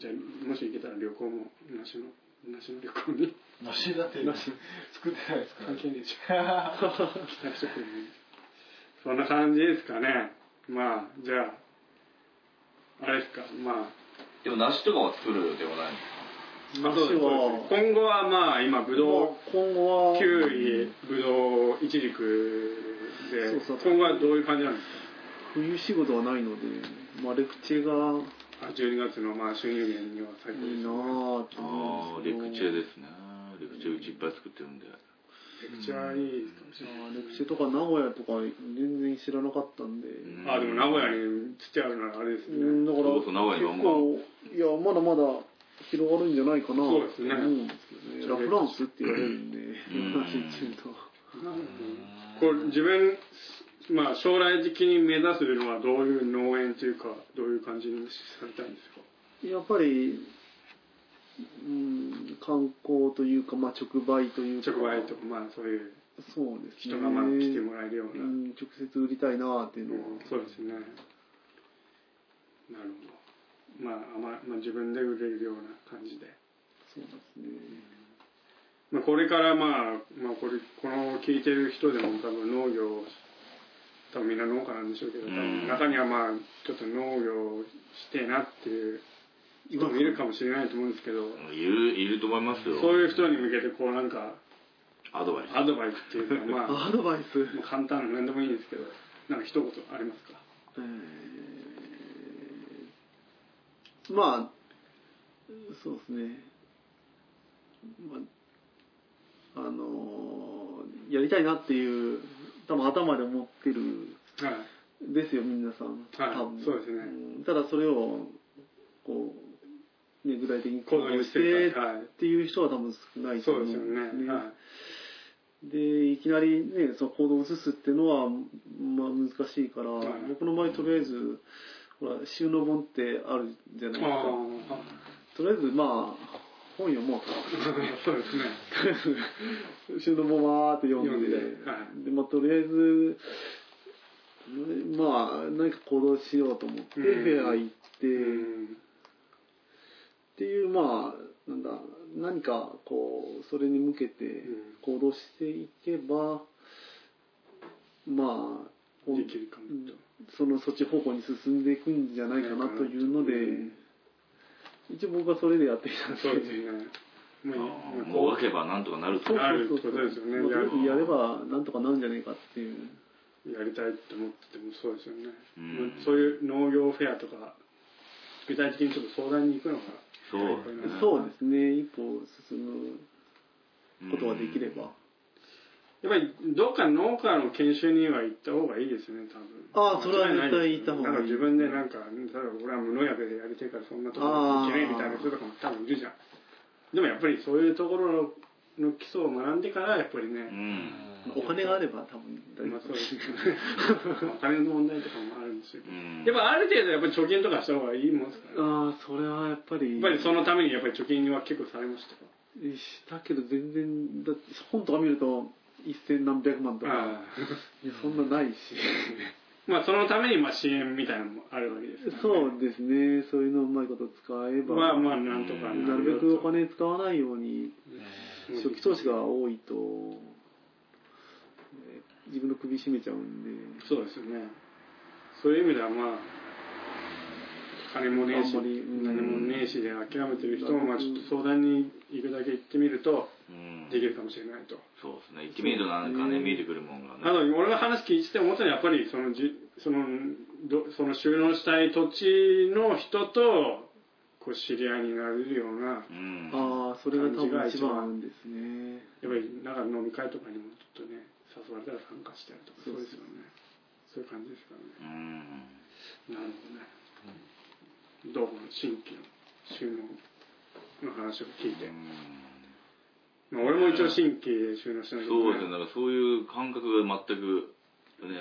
Speaker 1: じゃあもし行けたら旅行もなしのなしの旅行に
Speaker 4: 梨だって梨作ってないですから
Speaker 1: 関係ねえじゃん
Speaker 4: ね。
Speaker 1: 帰宅食品そんな感じですかねまあじゃああれですかまあ
Speaker 3: でも、梨とかは作るではない
Speaker 1: まあそうです
Speaker 2: は
Speaker 1: 今後はまあ今ぶどう
Speaker 2: 今後は
Speaker 1: きゅうりぶどういちじくで
Speaker 2: そうそう
Speaker 1: 今後はどういう感じなんです
Speaker 2: 冬仕事はないので、まあ、レクチェが
Speaker 1: かあ12月のまあ収入源には最高
Speaker 2: い
Speaker 1: で
Speaker 2: い
Speaker 1: す
Speaker 2: なぁと
Speaker 3: あ
Speaker 2: 思
Speaker 3: あ、
Speaker 2: うん
Speaker 3: レ
Speaker 2: ですけど
Speaker 3: クチェですね。レクチェうちいっぱい作ってるんで。
Speaker 1: めちゃいいかもし
Speaker 2: じゃ
Speaker 1: れ
Speaker 2: あレクチェとか名古屋とか全然知らなかったんで、う
Speaker 1: ないあでも名古屋に土あるならあれですね
Speaker 2: ん、だから
Speaker 3: そうそう名古屋に
Speaker 2: 結構い
Speaker 3: バン
Speaker 2: やまだまだ広がるんじゃないかな
Speaker 1: そうですね
Speaker 2: と思うんですけどねラ・フランスって言われるんで
Speaker 3: ん
Speaker 2: 話 中と
Speaker 1: これ自分まあ将来的に目指すのはどういう農園というかどういう感じにされたいんですか
Speaker 2: やっぱり、うん、観光というか、まあ、直売というか
Speaker 1: 直売とかまあそういう
Speaker 2: そうですね
Speaker 1: 人がまあ来てもらえるよう
Speaker 2: う
Speaker 1: な、
Speaker 2: ん、直接売りたいなっていうのは、
Speaker 1: そうですねなるほどまあ、あままあ自分で売れるような感じで
Speaker 2: そうですね
Speaker 1: まあ、これからまあ、まあ、これこの聞いてる人でも多分農業多分みんな農家なんでしょうけど、多
Speaker 3: うん
Speaker 1: 分中にはまあちょっと農業してえなっていう人もいるかもしれないと思うんですけど、
Speaker 3: いるいると思いますよ
Speaker 1: そういう人に向けてこうなんか
Speaker 3: アドバイス
Speaker 1: アドバイスっていうかまあ
Speaker 2: アドバイス、
Speaker 1: まあ簡単な何でもいいんですけどなんか一言ありますか
Speaker 2: えーまあそうですね、まあ、あのーやりたいなっていう多分頭で思ってる
Speaker 1: はい
Speaker 2: んですよ皆さん
Speaker 1: はい
Speaker 2: 多分
Speaker 1: そうですね
Speaker 2: んただそれをこう、ね、具体的に
Speaker 1: 行動に移
Speaker 2: し
Speaker 1: せ
Speaker 2: て
Speaker 1: る
Speaker 2: っ
Speaker 1: かはい
Speaker 2: ていう人は多分少ないと
Speaker 1: そ
Speaker 2: 思う
Speaker 1: うんですよねはい
Speaker 2: でいきなりねその行動を移すっていうのは、まあ、難しいから、
Speaker 1: はい
Speaker 2: 僕の場合とりあえずほら収納本ってあるじゃないで
Speaker 1: あ
Speaker 2: すか
Speaker 1: あ
Speaker 2: とりあえずまあ本読もうと
Speaker 1: そうですね
Speaker 2: 収納本わーって読んで
Speaker 1: 読んではい
Speaker 2: でまあ、とりあえずまあ何か行動しようと思って
Speaker 1: う
Speaker 2: フ
Speaker 1: ん
Speaker 2: ェア行って、
Speaker 1: う
Speaker 2: っ
Speaker 1: ん
Speaker 2: ていうまあなんだ何かこうそれに向けて、
Speaker 1: うん
Speaker 2: 行動していけばまあ
Speaker 1: できるかもと
Speaker 2: そのそっち方向に進んでいくんじゃないかなというので、一応僕はそれでやってきたんです
Speaker 1: そうです
Speaker 2: ね。
Speaker 1: ね
Speaker 3: あ
Speaker 1: も
Speaker 3: ー
Speaker 1: う
Speaker 3: もう分けばなんとかなると
Speaker 2: そう
Speaker 1: ある
Speaker 2: そう
Speaker 1: って
Speaker 2: そう
Speaker 1: ことですよね
Speaker 2: まあとりあえずやればなんとかなるんじゃないかっていう。
Speaker 1: やりたいって思っててもそうですよね、
Speaker 3: うん
Speaker 1: まあそういう農業フェアとか具体的にちょっと相談に行くのが
Speaker 3: そ
Speaker 2: そ
Speaker 3: う
Speaker 2: うですね。一歩進むことができれば。
Speaker 1: やっぱりどっか農家の研修には行った方がいいですね多分
Speaker 2: ああそれは絶対行った方
Speaker 1: なんか
Speaker 2: がいい
Speaker 1: 自分でなんか例えば俺は無農薬でやりてえからそんなところに行けないみたいな人とかも多分いるじゃんでもやっぱりそういうところのの基礎を学んでからやっぱり
Speaker 3: う
Speaker 1: ね、
Speaker 3: ん
Speaker 2: まあお金があれば多分大
Speaker 1: ま
Speaker 2: 丈
Speaker 1: あそう
Speaker 2: 夫
Speaker 1: ですよね お金の問題とかもあるんですよ
Speaker 3: うん
Speaker 1: やっぱある程度やっぱり貯金とかした方がいいもんですからね
Speaker 2: ああそれはやっぱり
Speaker 1: やっぱりそのためにやっぱり貯金は結構されましたか
Speaker 2: したけど全然だって本とか見ると一千何百万とか
Speaker 1: ああ
Speaker 2: いやそんなないし。
Speaker 1: まあそのためにまあ支援みたいなのもあるわけですから
Speaker 2: そうですね、そういうのをうまいこと使えば、
Speaker 1: まあまあなんとか
Speaker 2: なるべくお金使わないように、初期投資が多いと、えー自分の首絞めちゃうんで、
Speaker 1: そうですよねそういう意味ではまあ金もねえし
Speaker 2: あんまりうん
Speaker 1: 何もねえしで諦めてる人もまあちょっと相談に行くだけ行ってみると
Speaker 3: うん
Speaker 1: できるかもしれないと
Speaker 3: そうですね一ミリなんかね見えてくるもんが
Speaker 1: あ
Speaker 3: ね
Speaker 1: と俺が話聞いてて思ったのはやっぱりそのじそのどその収納したい土地の人とこう知り合いになれるような
Speaker 3: うん
Speaker 2: ああ、それが多分
Speaker 1: 感じが
Speaker 2: 一
Speaker 1: 一番
Speaker 2: 番ですね。
Speaker 1: やっぱりなんか飲み会とかにもちょっとね誘われたら参加したりとかそうですよねそういう感じですからね
Speaker 3: うん
Speaker 1: なるほどね、どうも新規の収納の話を聞いて、まあ、俺も一応新規で収納して
Speaker 3: そ
Speaker 1: な
Speaker 3: う
Speaker 1: い
Speaker 3: ですねだからそういう感覚が全くね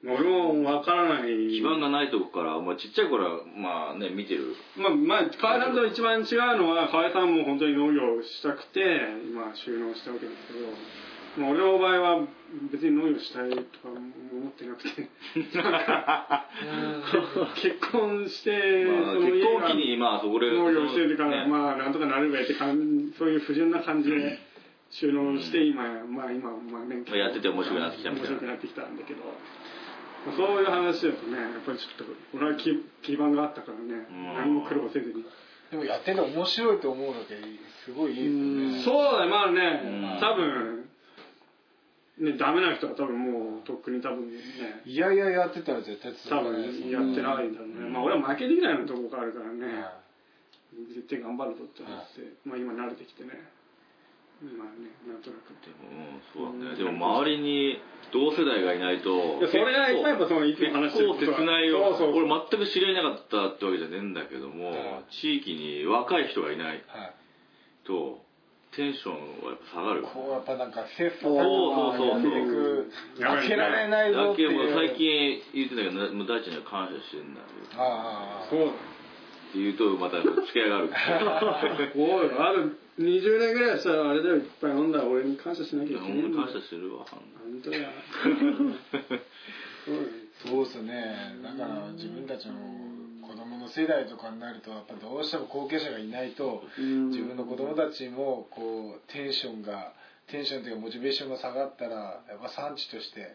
Speaker 1: まあ、俺もわからない
Speaker 3: 基盤がないとこから、まあ、ちっちゃい頃はまあね見てる
Speaker 1: まあ、まあ、河合さんと一番違うのは河合さんも本当に農業をしたくて今収納したわけですけど、まあ、俺の場合は別に農業したいとか思ってなく て結婚して、
Speaker 3: まあ、
Speaker 1: その
Speaker 3: 結
Speaker 1: 家
Speaker 3: 婚
Speaker 1: が
Speaker 3: 期にまあそこで
Speaker 1: 農業してるから、
Speaker 3: ね
Speaker 1: まあなんとかなるべって感じそういう不純な感じで収納して今、まあ今、まあ、年
Speaker 3: やってて面白くなってきたみたい
Speaker 1: 面
Speaker 3: な
Speaker 1: 白くなってきたんだけど、まあ、そういう話だとねやっぱりちょっと俺は基基盤があったからね
Speaker 3: う
Speaker 1: 何
Speaker 3: ん
Speaker 1: も苦労せずに
Speaker 4: でもやってて面白いと思うだけすごいいいですよ
Speaker 1: そ
Speaker 4: ね
Speaker 1: うだねまあ
Speaker 3: う
Speaker 1: ね
Speaker 3: ん
Speaker 1: 多分ねダメな人は多分もうとっくに多分ね
Speaker 4: いやいややってたら絶対
Speaker 1: 多
Speaker 4: 続かないですもん
Speaker 1: 分やってないんだろうね、まあ俺は負けできないようなとこがあるからね、
Speaker 4: は
Speaker 1: 絶対頑張るぞって話して、まあ今慣れてきてね今ねなんとなくって
Speaker 3: うんそうだねでも周りに同世代がいないと
Speaker 1: いやそれがやっぱりそのいつ
Speaker 3: 結
Speaker 1: も話してる
Speaker 3: 構
Speaker 1: ことは
Speaker 3: 切ないよ
Speaker 1: そうそうそう
Speaker 3: 俺全く知り合いなかったってわけじゃねえんだけども、
Speaker 4: ん
Speaker 3: 地域に若い人がいない
Speaker 4: いはい
Speaker 3: とテンションはやっぱ下がる
Speaker 4: こうやっぱなんか切磋琢
Speaker 3: そうそうそう
Speaker 4: 磨やっていく
Speaker 1: やばいね
Speaker 4: 負けられないぞ
Speaker 3: だ
Speaker 4: って
Speaker 3: け
Speaker 4: い
Speaker 3: ども
Speaker 4: う
Speaker 3: う最近言ってたけどなもう大ちゃんには感謝してんだけどっ
Speaker 4: ああ
Speaker 1: そうだ
Speaker 3: て言うとまた付き合いがある
Speaker 1: おいある20年ぐらいしたらあれだよいっぱい飲んだら俺に感謝しなきゃいけ ない
Speaker 3: 俺
Speaker 1: んだ
Speaker 3: 感
Speaker 1: よ
Speaker 3: 謝してるわ
Speaker 1: 本当だよそうだよ
Speaker 4: そうですねだから自分たちの子供の世代とかになるとやっぱどうしても後継者がいないと
Speaker 2: うん
Speaker 4: 自分の子供たちもこうテンションがテンションというかモチベーションが下がったらやっぱ産地として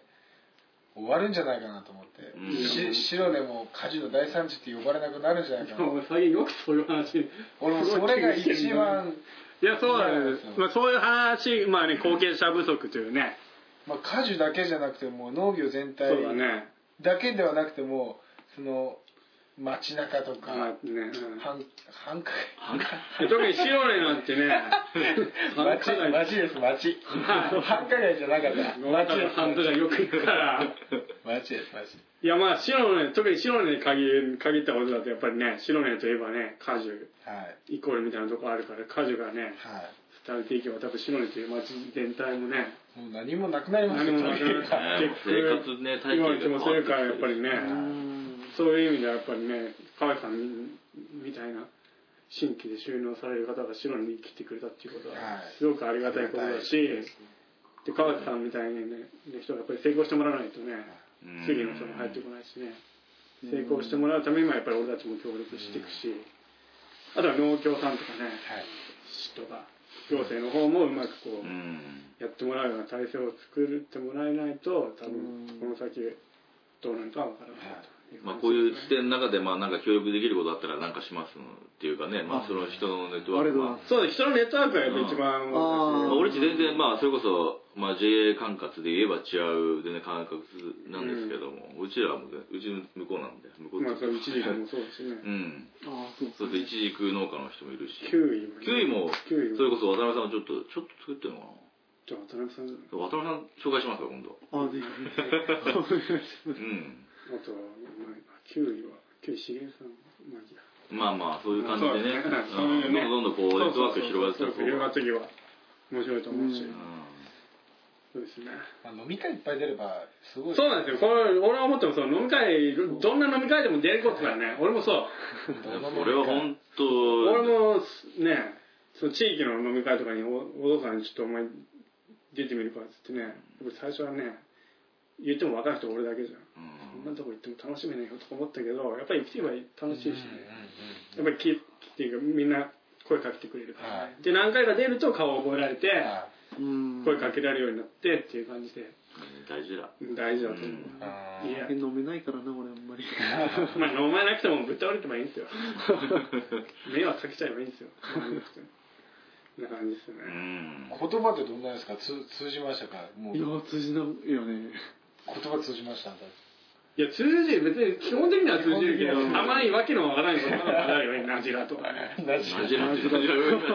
Speaker 4: 終わるんじゃないかなと思って、
Speaker 3: うん
Speaker 4: し白でも火事の大産地って呼ばれなくなるんじゃないか
Speaker 1: も
Speaker 4: な
Speaker 1: う最近よくそういう話い
Speaker 4: 俺もそれが一番、
Speaker 1: やそうなんです
Speaker 4: いや
Speaker 1: まあ、そういう話まあね後継者不足というね
Speaker 4: まあ、果樹だけじゃなくてもう農業全
Speaker 1: そ
Speaker 4: 体
Speaker 1: うだね
Speaker 4: だけではなくてもその街中とか、
Speaker 1: まあね、うん
Speaker 4: 繁繁華
Speaker 1: 特にシロレなんてね繁華街
Speaker 4: 街街です街繁華街じゃなかった街です
Speaker 1: ハンドがよく行くから
Speaker 4: 街です街
Speaker 1: いやまあ白ね特に白ねに限る限ったことだとやっぱりね白ねといえばね果樹
Speaker 4: はい
Speaker 1: イコールみたいなとこあるから果樹がね
Speaker 4: は
Speaker 1: 伝わっていけば多分白根という町全体もね
Speaker 4: いもう何もなくなります
Speaker 1: 何
Speaker 4: よ
Speaker 1: もなくなる
Speaker 4: とにかく
Speaker 3: ね生活ね体
Speaker 1: 今の気
Speaker 3: 験が
Speaker 1: もするからやっぱりね
Speaker 2: うん
Speaker 1: そういう意味ではやっぱりね河合さんみみたいな新規で収納される方が白根に来てくれたっていうことは
Speaker 4: はい
Speaker 1: すごくありがたいことだし、で川瀬さんみたいな、ね、人がやっぱり成功してもらわないとね次の人も入ってこないしね成功してもらうためにもやっぱり俺たちも協力していくしあとは農協さんとかね市とか行政の方もうまくこう
Speaker 3: うん
Speaker 1: やってもらうような体制を作ってもらえないと多分
Speaker 2: うん
Speaker 1: この先どうなるかは分からないと
Speaker 3: まあ、こういう視
Speaker 1: 感
Speaker 3: 点の中で、まあ、なんか協力できることあったら、なんかしますっていうかね、まあ、その人のネットワーク
Speaker 2: ありがとうござ
Speaker 1: じですねそうで
Speaker 2: いま。
Speaker 3: は
Speaker 1: す人のネットワークがやっぱ一番
Speaker 2: あ
Speaker 3: まあ、
Speaker 1: 私
Speaker 3: 俺たち全然、まあ、それこそ、まあ、JA 管轄で言えば違う、全然管轄なんですけども、うちらはもう全、うちの向こうなんで、向こう
Speaker 1: まあその一時期も
Speaker 3: う
Speaker 1: そうですね
Speaker 3: ん。
Speaker 2: あーそう
Speaker 3: そうすると、一軸農家の人もいるし、
Speaker 1: キウイもね
Speaker 3: キウイ
Speaker 1: キウイ
Speaker 3: も、それ
Speaker 1: も
Speaker 3: こそ渡辺さんはちょっと、ちょっと作ってるのか
Speaker 1: じゃあ渡辺さんあ
Speaker 3: な渡辺さん紹介しますか、今度。
Speaker 2: あーぜひ
Speaker 3: うん。
Speaker 1: とはまあキウイはキウイ茂さんまあいいや
Speaker 3: まあまあ、そういう感じで
Speaker 1: そうです
Speaker 3: ね、
Speaker 1: ねそういう
Speaker 3: うん
Speaker 1: ね
Speaker 3: どんどんどんどんこう、ネットワーク広がっ
Speaker 1: そ
Speaker 3: て
Speaker 1: うそうそう広がっ
Speaker 3: た
Speaker 1: ていけば面白いと思うし
Speaker 2: うん
Speaker 1: そうですね
Speaker 4: まあ飲み会いっぱい出ればすごい
Speaker 1: そうなんですよこれ俺は思ってもその飲み会どんな飲み会でも出ることだね俺もそう
Speaker 3: 方が。それは本当、
Speaker 1: 俺もねその地域の飲み会とかにおお父さんにちょっとお前出てみるかっつってね僕最初はね言っても若い人俺だけじゃん
Speaker 3: うん
Speaker 1: こんなとこ行っても楽しめないよとか思ったけどやっぱり来ては楽しいしね
Speaker 4: う
Speaker 1: やっぱり来ていうかみんな声かけてくれるから、
Speaker 4: は
Speaker 1: で何回か出ると顔を覚えられて
Speaker 4: んうんうんはい
Speaker 2: うん
Speaker 1: 声かけられるようになってっていう感じで
Speaker 3: 大事だ。
Speaker 1: うん大事だと思う、
Speaker 3: うん
Speaker 4: あ
Speaker 1: い
Speaker 4: ー
Speaker 1: や
Speaker 2: 飲めないからな俺あんまり
Speaker 1: まあ飲まなくてもぶっ倒れてもいいん ですよ迷惑かけちゃえばいいんですよ飲まなくてもこんな感じですよね、
Speaker 3: うん。
Speaker 4: 言葉ってどんなですか通通じましたかもう
Speaker 2: い
Speaker 4: 言
Speaker 2: や通じないよね
Speaker 4: 葉通じました
Speaker 1: いや、通じる、別に基本的には通じるけ
Speaker 4: 基本的
Speaker 1: ど、
Speaker 4: に
Speaker 1: たまにわけのわからないことがあるよね、ナジラと かね。
Speaker 4: なじ
Speaker 3: マジラマジラ今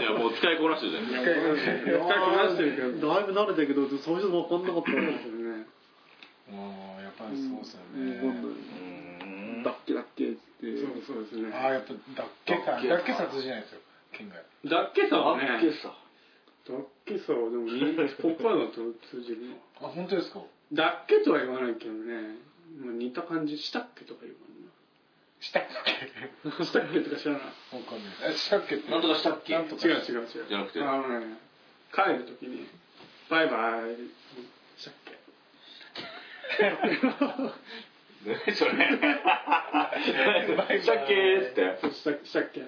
Speaker 3: ではもう使いこなしてるじゃ
Speaker 1: 深
Speaker 3: ん。
Speaker 1: く話してるけど、
Speaker 2: だいぶ慣れたけど最初分かんなかったな
Speaker 4: もうやっぱりそうですよ
Speaker 2: うんわかんな
Speaker 4: ね
Speaker 2: い
Speaker 3: うん
Speaker 2: だっけだっけって
Speaker 1: そうそうですね。
Speaker 4: ああやっぱだっけさんだっけさん通じないですよ県外
Speaker 1: だっけさはね、だっ
Speaker 3: さ。
Speaker 1: けさはでも、ポッパーだと通じるの。
Speaker 4: あ本当ですか
Speaker 1: だっけとは言わないけどね、まあ、似た感じ、したっけとか言わ
Speaker 4: したっ
Speaker 1: んな。したっけとか知らない。
Speaker 4: けわかんないですえしたっけって
Speaker 3: なんとかしたっけ
Speaker 4: なんとか
Speaker 1: 違う違う違う。
Speaker 3: じゃなくて
Speaker 1: あのね、帰るときに、バイバイ、したっけ
Speaker 3: 何それ。したっけーっつって。
Speaker 1: したしたっけ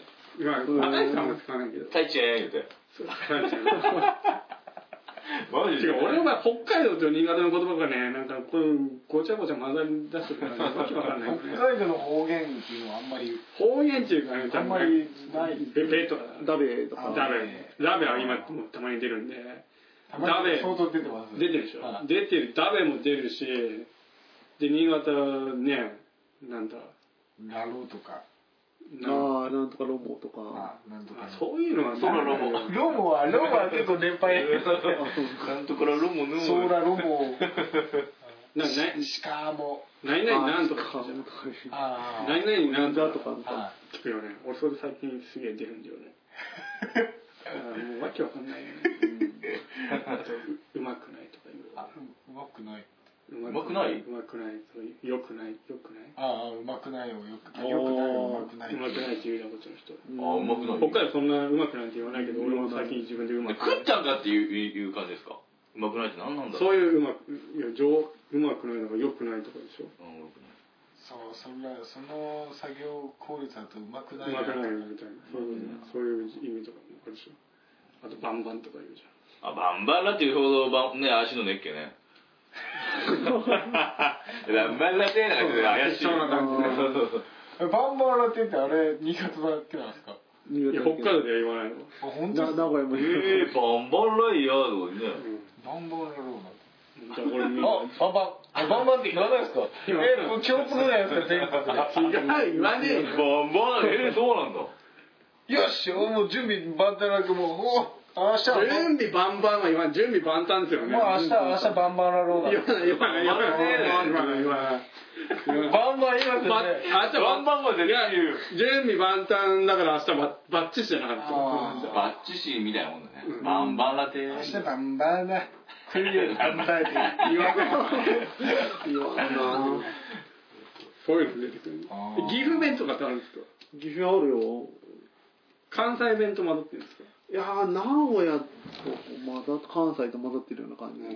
Speaker 1: まあ、赤井さんは使わないけど。
Speaker 3: 太一言うて。
Speaker 1: そう使わないけど
Speaker 3: マジ
Speaker 1: 違う
Speaker 3: で
Speaker 1: 俺の場合北海道と新潟の言葉がねなんかこういうごちゃごちゃ混ざり出してるからねわけわかんないよね
Speaker 4: 北海道の方言っていうのはあんまり
Speaker 1: 方言っていうかね
Speaker 4: あんまりない
Speaker 1: ベベとか
Speaker 2: ダベと
Speaker 4: あ
Speaker 2: か
Speaker 1: ダベダベは今もうたまに出るんで
Speaker 4: たま
Speaker 1: ダ
Speaker 4: に
Speaker 1: メ
Speaker 4: 相当出てます
Speaker 1: 出てるでしょ、
Speaker 4: はい
Speaker 1: 出てるダベも出るしで新潟ねなんだ
Speaker 4: ラローとか
Speaker 1: なん
Speaker 2: ああなんとかロモとか
Speaker 4: あなんとか
Speaker 1: あそういうのは
Speaker 3: ソロロボ
Speaker 4: ロモはロモは結構年 配
Speaker 3: 監督からロモヌ
Speaker 4: ソーラロモ
Speaker 1: なな
Speaker 4: しかも
Speaker 1: 何々なんとか
Speaker 2: あー
Speaker 1: じゃん
Speaker 4: あー
Speaker 1: 何々なん
Speaker 2: だ
Speaker 1: と
Speaker 2: と
Speaker 1: か
Speaker 2: かと
Speaker 4: は
Speaker 2: か
Speaker 1: 聞くよね俺それ最近すげえ出るんだよ ねあーもうわけわかんないよね、あとううまくないとか言う
Speaker 4: あうまくないう
Speaker 3: うまくないう
Speaker 1: まくないそうよくないよくない
Speaker 4: ああうまくないよよくよくないようまくないう
Speaker 1: まくないって言うなこっちの人
Speaker 3: あ、うまくない。
Speaker 1: 北海道そんなうまくないって言わないけど俺も最近自分でうまくな
Speaker 3: 食っ
Speaker 1: い
Speaker 3: ちゃうんだっていういういう感じですか。うまくないって何なんだろ。
Speaker 1: そうういううまくいや上うまくないのがよくないとかでしょ
Speaker 3: うんうまくない
Speaker 4: そうそんなその作業効率だとうまくな
Speaker 1: う
Speaker 4: い
Speaker 1: まくない
Speaker 4: い
Speaker 1: なみたいなそういうそういう意味とかもあるしあとバンバンとか言うじゃん
Speaker 3: あ、バンバンラっていうほどバン、ね、足のねっけね。バンバンラってなんか怪しい。
Speaker 4: そうなんだ
Speaker 3: そうそうそう
Speaker 4: バンバラテってあれ新潟だっけなんですかあ
Speaker 1: いや北海道では言わないの、う
Speaker 4: 本
Speaker 2: な
Speaker 4: 当
Speaker 2: 名
Speaker 4: です
Speaker 2: 古屋も
Speaker 3: えー、バンバンライヤーとかね。
Speaker 1: ん、
Speaker 4: バンバラローなん
Speaker 1: だからこれみんな
Speaker 5: あ、バンバン。あバンバンって言わないですか
Speaker 1: 言わない
Speaker 4: えもう共通じゃないですか全
Speaker 3: 違う、
Speaker 4: 国
Speaker 3: 言わねえよ。バンバンライヤー、えー、そうなんだ。
Speaker 4: で よしもう準備万端なくもうお明日は
Speaker 1: 準備バンバンは言わない準備万端ですよね
Speaker 4: もう明日明日バンバラロー
Speaker 1: 言わない言わない言わない言わない言わない言わない
Speaker 5: バンバン言います
Speaker 1: ば
Speaker 5: よね。
Speaker 1: 明日
Speaker 3: バンバンは絶対言う。
Speaker 1: 準備万端だから明日ばバッチシじゃなかった
Speaker 4: あー
Speaker 3: バッチシみたいなもんだね。バンバンラテ。
Speaker 4: 明日 バンバラ来るよバンバラテ
Speaker 1: 言わない言わないそういうの出てくる
Speaker 4: あー
Speaker 1: 岐阜弁とかってあるんですか
Speaker 2: 岐阜あるよ
Speaker 1: 関西弁と混ざってるんですか
Speaker 2: いやー名古屋と混ざっ関西と混ざってるような感じ、で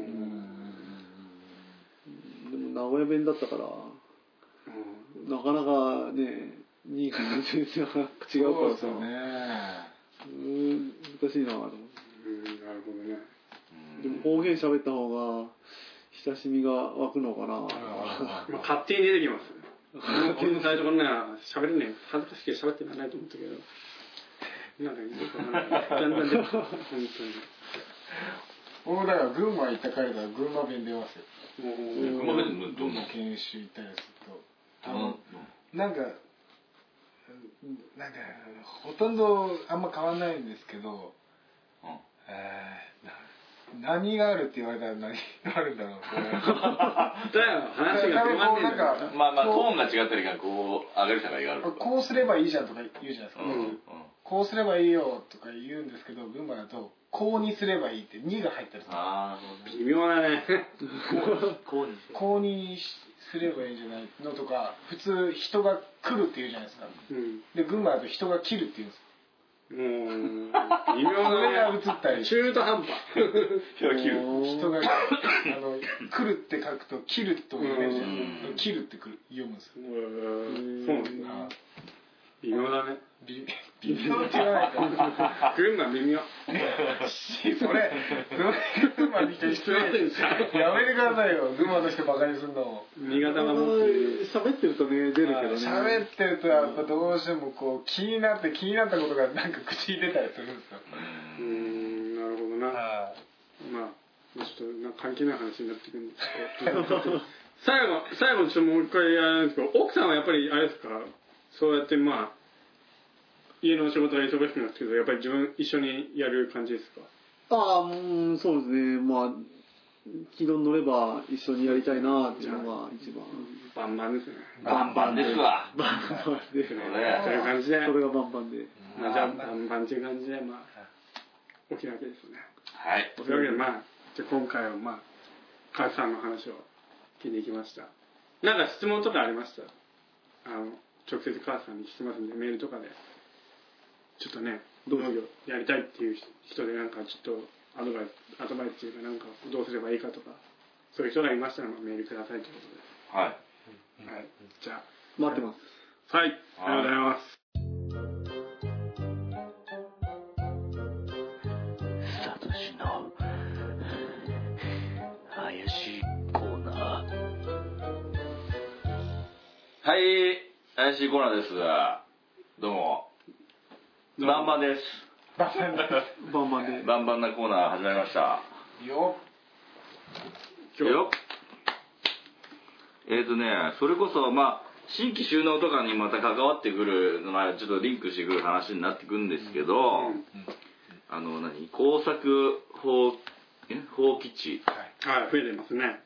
Speaker 2: も名古屋弁だったからなかなかね新潟の先生は違うからさ
Speaker 4: そうですよね
Speaker 2: うーん難しいなと思って
Speaker 1: うんなるほどね
Speaker 2: でも方言喋った方が親しみが湧くのかな
Speaker 1: まあ、勝手に出てきます。 俺も最初こんな喋れねえ恥ずかしくて喋ってられないと思ったけど。なんかよくわかんないだんだん出てくる本
Speaker 4: 僕だから群馬行った帰るから群馬弁出ますよ
Speaker 1: 当に。もう
Speaker 3: 熊本のどんな
Speaker 4: 研修行ったりすると
Speaker 3: う
Speaker 4: あ
Speaker 3: ん
Speaker 4: のなんかうんなんかほとんどあんま変わんないんですけど、えーな何があるって言われたら何があるんだろうこ
Speaker 1: だよ話
Speaker 4: れ
Speaker 1: が決まんねえんだ
Speaker 4: 多
Speaker 1: よ
Speaker 4: 分こうなん。
Speaker 3: まあまあ、ト
Speaker 4: こ
Speaker 3: ーンが違ったりがこう、上がる差が上がると
Speaker 4: う
Speaker 3: か。
Speaker 4: こうすればいいじゃんとか言うじゃないですか、
Speaker 3: うんうん
Speaker 4: こうすればいいよとか言うんですけど群馬だとこうにすればいいって2が入ったりする
Speaker 3: あ
Speaker 1: 微妙だね。
Speaker 4: こうにしすればいいんじゃないのとか普通人が来るって言うじゃないですか
Speaker 1: うん。
Speaker 4: で群馬だと人が切るって言うんです
Speaker 1: もう微
Speaker 4: それが
Speaker 1: 妙
Speaker 4: 映
Speaker 1: だね。
Speaker 4: ったり
Speaker 1: 中途半端。
Speaker 3: あ、野球。
Speaker 4: 人があの「来る」って書くと「切る」とも読めるじゃ
Speaker 3: うん
Speaker 4: ん「切る」ってくる読むんですよ
Speaker 1: うんそうなんだ。
Speaker 4: あ
Speaker 1: 微妙だね。
Speaker 4: 微微妙って言わないか
Speaker 1: 群馬微妙。
Speaker 4: し それ群馬の人失礼
Speaker 1: すいませんでした
Speaker 4: やめてくださいよ群馬の人バカにすんの
Speaker 1: 新潟がもう。
Speaker 2: 喋ってるとね出るけどね
Speaker 4: 喋ってるとやっぱどうしてもこう気になって気になったことがなんか口に出たりするんですよ
Speaker 1: うんなるほどな。
Speaker 4: はい
Speaker 1: まあ、ちょっとなんか関係ない話になってくるんですけ ど、最後、最後にちょっともう一回あれなんですけど、奥さんはやっぱりあれですか、そうやってまあ、家の仕事は忙しくなってますけど、やっぱり自分一緒にやる感じですか
Speaker 2: ああうんそうですねまあ軌道に乗れば一緒にやりたいなっていうのが一番
Speaker 1: バンバンですね。
Speaker 3: バンバンですわ。
Speaker 2: バンバンで
Speaker 1: そう
Speaker 3: ね
Speaker 1: いう感じで、
Speaker 2: それがバンバンで
Speaker 1: まあじゃあバンバンっていう感じで、まあ、起きなわけですね。
Speaker 3: はい。
Speaker 1: というわけで、まあ、じゃあ今回はまあ、母さんの話を聞いていきました。なんか質問とかありましたあの、直接母さんに聞きますんで、メールとかで。ちょっとね、農業やりたいっていう人で、なんかちょっとアドバイス、アドバイスというか、なんかどうすればいいかとか、そういう人がいましたら、まあメールくださいというこ
Speaker 3: はい。
Speaker 1: とで。はい。じゃ
Speaker 2: 待ってます
Speaker 1: あ、はい。ありがとうございます。
Speaker 6: サトシの怪しいコーナー
Speaker 3: はい。怪しいコーナーです。どうも。バンバンです。
Speaker 4: バカになる
Speaker 2: バンバンで
Speaker 3: バンバンなコーナー始まりました。
Speaker 4: よ
Speaker 1: 今日
Speaker 3: よえー、とね、それこそ、まあ、新規収納とかにまた関わってくる、まあ、ちょっとリンクしてくる話になってくるんですけど、あの、何工作法、え法基地
Speaker 1: はい、増えてますね。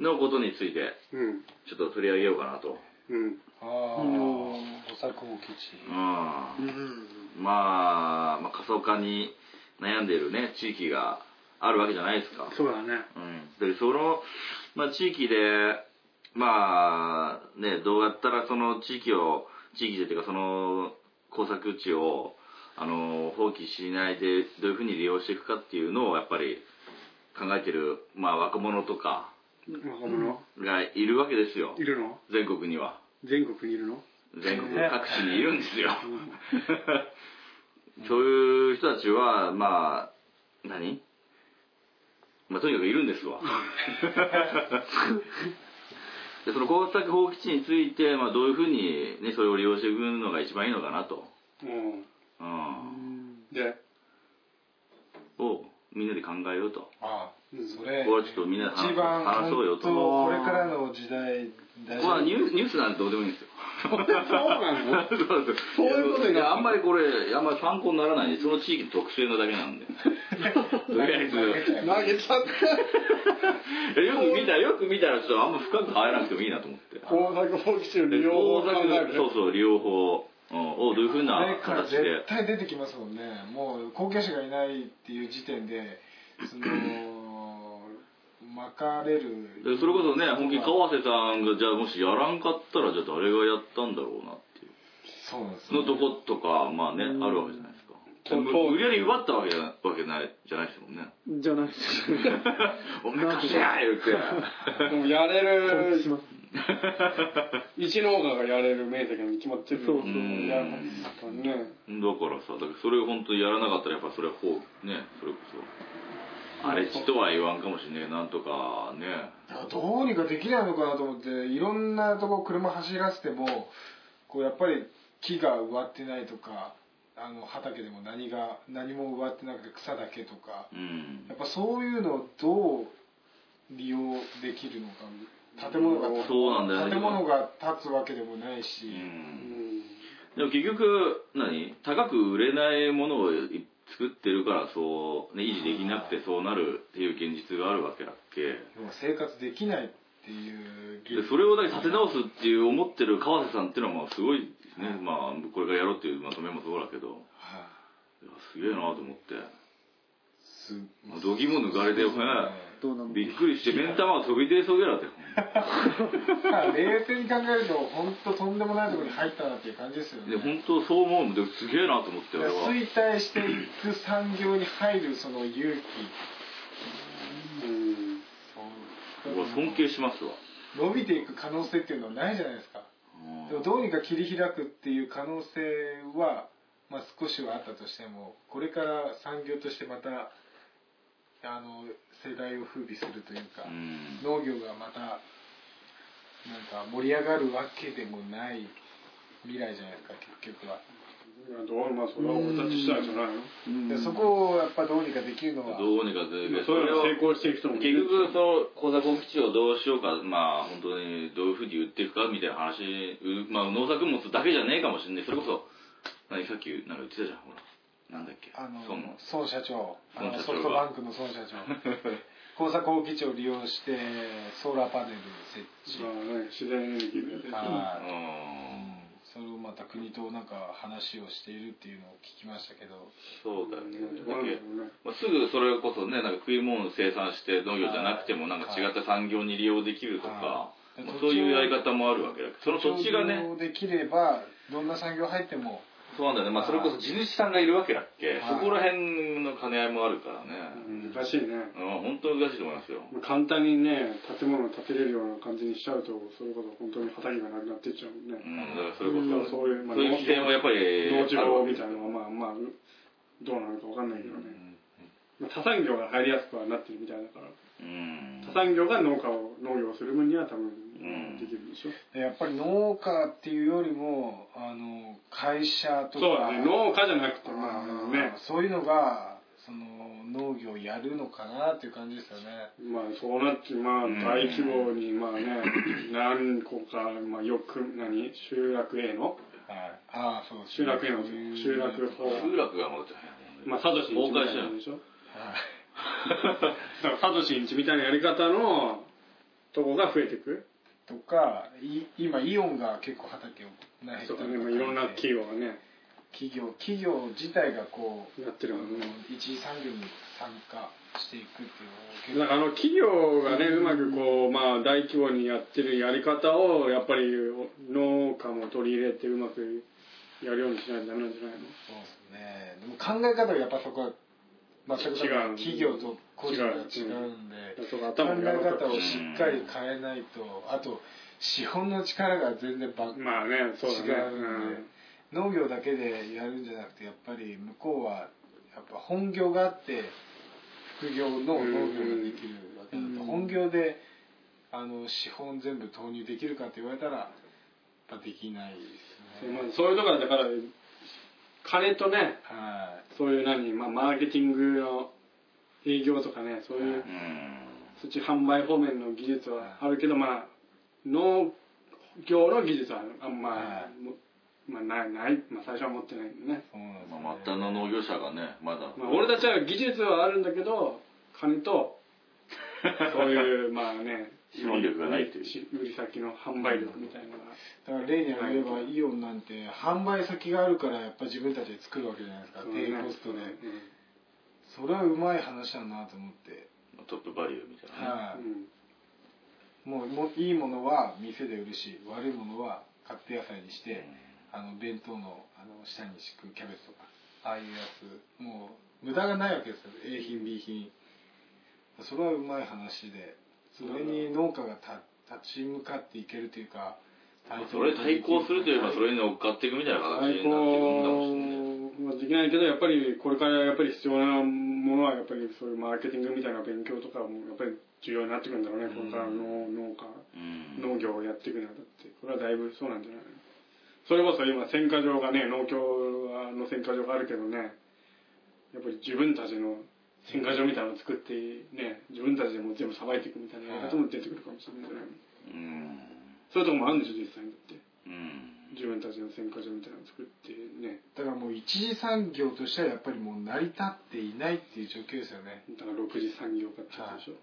Speaker 3: のことについて、
Speaker 1: うん。
Speaker 3: ちょっと取り上げようかなと。
Speaker 1: うん。
Speaker 4: ああお作を基地
Speaker 3: うん。まあ、まあ、過疎化に悩んでいるね、地域があるわけじゃないですか。
Speaker 1: そうだね。
Speaker 3: うん、でその、まあ、地域でまあねどうやったらその地域を地域でっていうかその工作地をあの放棄しないでどういうふうに利用していくかっていうのをやっぱり考えてる、まあ、若者とか
Speaker 1: 若者
Speaker 3: がいるわけですよ
Speaker 1: いるの
Speaker 3: 全国には
Speaker 1: 全国にいるの
Speaker 3: 全国各地にいるんですよそういう人たちはまあ何まあとにかくいるんで すわでその工作放棄地について、まあ、どういうふうに、ね、それを利用していくのが一番いいのかなと、
Speaker 1: うん
Speaker 3: うん、
Speaker 1: で
Speaker 3: をみんなで考えようと
Speaker 4: あ
Speaker 1: うん
Speaker 4: それ
Speaker 3: これはちょっとみんなで話
Speaker 4: 一番
Speaker 3: 話そうよと
Speaker 4: 本当これからの時代大
Speaker 3: まあ、ニ
Speaker 4: 事
Speaker 3: ューニュースなんてどうでもいいんですよ。そう
Speaker 1: なの
Speaker 3: なんですよ
Speaker 1: そういうことになる
Speaker 3: やあんまりこれ、あんまり参考にならないんで、その地域の特性なだけなん で。とりあえず、
Speaker 1: 投げちゃった
Speaker 3: よく見たら、よく見たら、ちょっとあんま深く入らなくてもいいなと思って。
Speaker 1: 工作放棄中の利用法を
Speaker 3: 大
Speaker 1: 考
Speaker 3: 阪
Speaker 1: え
Speaker 3: の
Speaker 1: る
Speaker 3: そうそう、利用法うんをどういうふう
Speaker 4: こ
Speaker 3: な
Speaker 4: れから
Speaker 3: 形
Speaker 4: 絶
Speaker 3: で。
Speaker 4: 対出てきますもんねもう後継者がいないっていう時点でその巻かれる
Speaker 3: でそれこそね、本気に川瀬さんが、じゃあもしやらんかったら、じゃあ誰がやったんだろうなっていう。
Speaker 4: そうなんです
Speaker 3: のとことか、まあね、あるわけじゃないですか。でも
Speaker 1: そう
Speaker 3: 無理やり奪ったわけじゃわけないじゃないですもんね。
Speaker 2: じゃないです
Speaker 3: おめかしや言うて。
Speaker 1: もうやれ
Speaker 2: 放
Speaker 1: る
Speaker 2: 棄します
Speaker 1: 一農家がやれる面積に決まってる
Speaker 2: そうそう
Speaker 3: うん
Speaker 1: やらないからね
Speaker 3: だからさ、だからそれを本当にやらなかったらやっぱそれはほう、ね、それこそ。あれちとは言わんかもしれねえ、なんとかね。
Speaker 4: だからどうにかできないのかなと思っていろんなとこ車走らせてもこうやっぱり木が植わってないとかあの畑でも何が何も植わってなくて草だけとか
Speaker 3: うん
Speaker 4: や。っぱそういうのをどう利用できるのか建物が建
Speaker 3: そうなんだよね
Speaker 4: 建物が建つわけでもないし、
Speaker 3: うん
Speaker 1: うん
Speaker 3: でも結局、何高く売れないものをい作ってるからそう、ね、維持できなくてそうなるっていう現実があるわけだっけ。
Speaker 4: 要は生活できないっていう
Speaker 3: でそれをだけ立て直すっていう思ってる川瀬さんっていうのはまあすごいね、まあこれからやろうっていうまとめもそうだけどい
Speaker 4: はい
Speaker 3: やすげえなと思って
Speaker 4: す
Speaker 3: もう度肝抜かれてよね
Speaker 2: どうなの
Speaker 3: びっくりして目ん玉が飛び出そうやらって
Speaker 4: まあ冷静に考えると本当とんでもないところに入ったなっていう感じですよね
Speaker 3: で本当そう思うのですげえなと思って俺は
Speaker 4: 衰退していく産業に入るその勇気
Speaker 1: うん
Speaker 3: 俺は尊敬しますわ
Speaker 4: 伸びていく可能性っていうのはないじゃないですか
Speaker 3: うん
Speaker 4: でもどうにか切り開くっていう可能性は、まあ、少しはあったとしてもこれから産業としてまたあの世代を風靡するというか、
Speaker 3: うん
Speaker 4: 農業がまたなんか盛り上がるわけでもない未来じゃないですか結局は、
Speaker 1: どうまあそれは俺たちしたいじゃないの
Speaker 4: でそこをやっぱどうにかできるのは
Speaker 3: どうにかで
Speaker 1: そういうの成功してる人もい
Speaker 3: 結
Speaker 1: る
Speaker 3: 局その工作基地をどうしようかまあ本当にどういうふうに売っていくかみたいな話うまあ農作物だけじゃねえかもしれないそれこそ何さっきなんか言ってたじゃんほらなんだっけ
Speaker 4: あの
Speaker 3: その
Speaker 4: 孫社長あ
Speaker 3: 孫
Speaker 4: の
Speaker 3: 社長が
Speaker 4: ソフトバンクの孫社 長工作放棄地を利用してソーラーパネル設置、
Speaker 1: まあね自然エネルギーで
Speaker 4: は
Speaker 3: う
Speaker 4: い
Speaker 3: ん
Speaker 4: それをまた国となんか話をしているっていうのを聞きましたけど
Speaker 3: そうだよねだっけ
Speaker 1: ね
Speaker 3: まあ、すぐそれこそねなんか食い物を生産して農業じゃなくてもなんか違った産業に利用できるとか、
Speaker 4: はい
Speaker 3: まあそういうやり方もあるわけだけどその土地がね
Speaker 4: 上場できればどんな産業入っても
Speaker 3: そうなんだよね、まあ、それこそ地主さんがいるわけだっけ、
Speaker 4: はい
Speaker 3: そこら辺の兼ね合いもあるからね、
Speaker 1: 難しいね
Speaker 3: うん、本当難しいと思いますよ
Speaker 1: 簡単にね建物を建てれるような感じにしちゃうとそれこそ本当に畑がなくなってっちゃうもんね、
Speaker 3: うん、だからそれこそ、
Speaker 1: そういうまあ
Speaker 3: そういう規制もやっぱり
Speaker 1: 農地
Speaker 3: ある
Speaker 1: 法
Speaker 3: わけ
Speaker 1: み
Speaker 3: です
Speaker 1: たい
Speaker 3: よ
Speaker 1: なのはまあまあどうなるかわかんないけどね、まあ、他産業が入りやすくはなってるみたいだから
Speaker 3: うん
Speaker 1: 他産業が農家を農業をする分には多
Speaker 3: ん
Speaker 1: 分できるでしょ、
Speaker 4: やっぱり農家っていうよりもあの会社とか
Speaker 1: そうだね農家じゃなくてまあ
Speaker 4: うん
Speaker 1: ね
Speaker 4: そういうのがその農業をやるのかなっていう感じですよね
Speaker 1: まあそうなってまあ
Speaker 3: うん
Speaker 1: 大規模にまあね何個かまあよく何集落への
Speaker 4: はい、ああそうです
Speaker 1: 集落への集落法
Speaker 3: 集落がまた
Speaker 1: まあサトシンチみたいなやつでしょだからサトシンチみたいなやり方のとこが増えてく
Speaker 4: とかい今イオンが結構畑をない
Speaker 1: そうだねまあいろんな企業がね
Speaker 4: 企業企業自体がこう
Speaker 1: やってるもんね
Speaker 4: 一次産業に参加していくっていうの
Speaker 1: だ
Speaker 4: を
Speaker 1: からあの企業がねうまくこうまあ大規模にやってるやり方をやっぱり農家も取り入れてうまくやるようにしないとダメなんじゃないの
Speaker 4: そうですねでも考え方がやっぱそこは全く
Speaker 1: 違
Speaker 4: 多
Speaker 1: う
Speaker 4: 分企業と個人が違うんで
Speaker 1: その
Speaker 4: 考
Speaker 1: 頭
Speaker 4: え
Speaker 1: が柔らか
Speaker 4: 方
Speaker 1: く
Speaker 4: をしっかり変えないとあと資本の力が全然ば
Speaker 1: まあねそうだね
Speaker 4: 違うんで農業だけでやるんじゃなくてやっぱり向こうはやっぱ本業があって副業の農業ができるわけだ
Speaker 2: う
Speaker 4: と
Speaker 2: ん
Speaker 4: 本業であの資本全部投入できるかって言われたらやっぱできないです
Speaker 1: うん
Speaker 4: ね
Speaker 1: まあ、そういうところはだから金とね
Speaker 4: は
Speaker 1: そういう何、まあ、マーケティングの営業とかねそういうそっち販売方面の技術はあるけどまあ農業の技術はあんま、
Speaker 4: はい
Speaker 1: もまあ、ないない、まあ、最初は持ってないんでね
Speaker 4: い、そうなんです
Speaker 3: まあ、
Speaker 4: ね
Speaker 3: 末端の農業者がねまだ、
Speaker 1: まあ、俺たちは技術はあるんだけど金とそう いうまあね
Speaker 3: 資本力がないっていう
Speaker 1: し売り先の販売力みたいなのが
Speaker 4: だから例に挙げればイオンなんて販売先があるからやっぱ自分たちで作るわけじゃないですか
Speaker 1: そうね
Speaker 4: 低コストで
Speaker 1: うん
Speaker 4: それはうまい話だなと思って
Speaker 3: トップバリューみたいな、ね、
Speaker 4: はいもうもいいものは店で売るし悪いものは買って野菜にしてあの弁当のあの下に敷くキャベツとかああいうやつもう無駄がないわけですよ A 品 B 品それはうまい話でそれに農家がた立ち向かっていけるというか
Speaker 3: まあそれ対抗するといえばそれに乗っかっていくみたいな
Speaker 1: 対抗
Speaker 3: 形になっ
Speaker 1: は
Speaker 3: ていくんだもんね
Speaker 1: できないけどやっぱりこれからやっぱり必要なものはやっぱりそういうマーケティングみたいな勉強とかもやっぱり重要になってくるんだろうね、これからの農家
Speaker 3: うん
Speaker 1: 農業をやっていくにあたってこれはだいぶそうなんじゃないのそれこそ今選果場がね農協の選果場があるけどねやっぱり自分たちの選果場みたいなのを作ってね自分たちでもう全部さばいていくみたいなやり方も出てくるかもしれないじゃない
Speaker 3: うん
Speaker 1: そういうとこもあるんでしょ実際にだって
Speaker 3: うん
Speaker 1: 自分たちの選果場みたいなのを作ってね
Speaker 4: だからもう一次産業としてはやっぱりもう成り立っていないっていう状況ですよね
Speaker 1: だから6次産業化ってことでしょ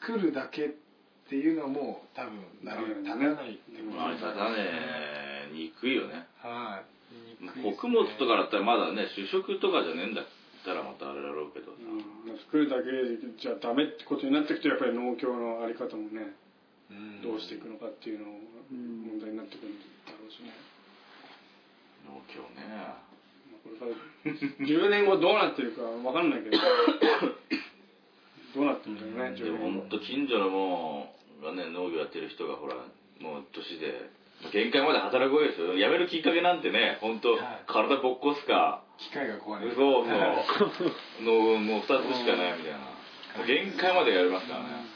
Speaker 4: 作るだけっていうのはもう多分成り立たないってこと
Speaker 3: まあただねにくいよね
Speaker 4: はい
Speaker 3: 穀物とかだったらまだね主食とかじゃねえんだったらまたあれだろうけど
Speaker 1: うん、作るだけじゃダメってことになってくるとやっぱり農協のあり方もねどうしていくのかっていうのも
Speaker 2: う
Speaker 1: 問
Speaker 2: ん
Speaker 1: 題になってくるんだろうしね、
Speaker 3: 農協ね
Speaker 1: まあこれから10年後どうなってるかわかんないけどどうなってるんだろうね
Speaker 3: で
Speaker 1: 10
Speaker 3: も
Speaker 1: 年
Speaker 3: 本当近所のもうがね農業やってる人がほらもう年で限界まで働くわけですよ辞めるきっかけなんてね本当
Speaker 4: はい
Speaker 3: 体ぼっこすか
Speaker 4: 機械が壊れ
Speaker 3: そう
Speaker 4: る
Speaker 3: そうのもう2つしかないみたいなもう限界までやりますからね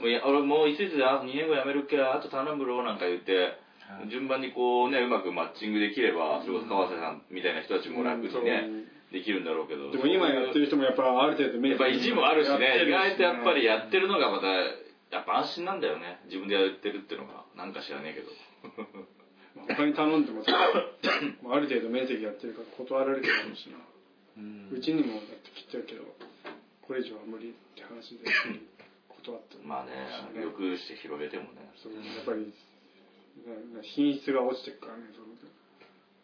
Speaker 3: もういや俺もういついつあ2年後辞めるっけあと頼むろなんか言って
Speaker 4: はい
Speaker 3: 順番にこうねうまくマッチングできればそれこそ川瀬さんみたいな人たちも楽にねできるんだろうけど
Speaker 1: でも今やってる人もやっぱある程度
Speaker 3: やっぱ意地もあるしね、意外とやっぱり
Speaker 1: や
Speaker 3: やってるのがまた、やっぱ安心なんだよね。自分でやってるってのが、なんか知らねえけど。
Speaker 1: 他に頼んでもさまあある程度面積やってるから断られてるかもしれないうちにもだって切ってるけどこれ以上は無理って話で断ってる
Speaker 3: まあね、よくして広げてもね。
Speaker 1: そうやっぱり、ね品質が落ちてくからねその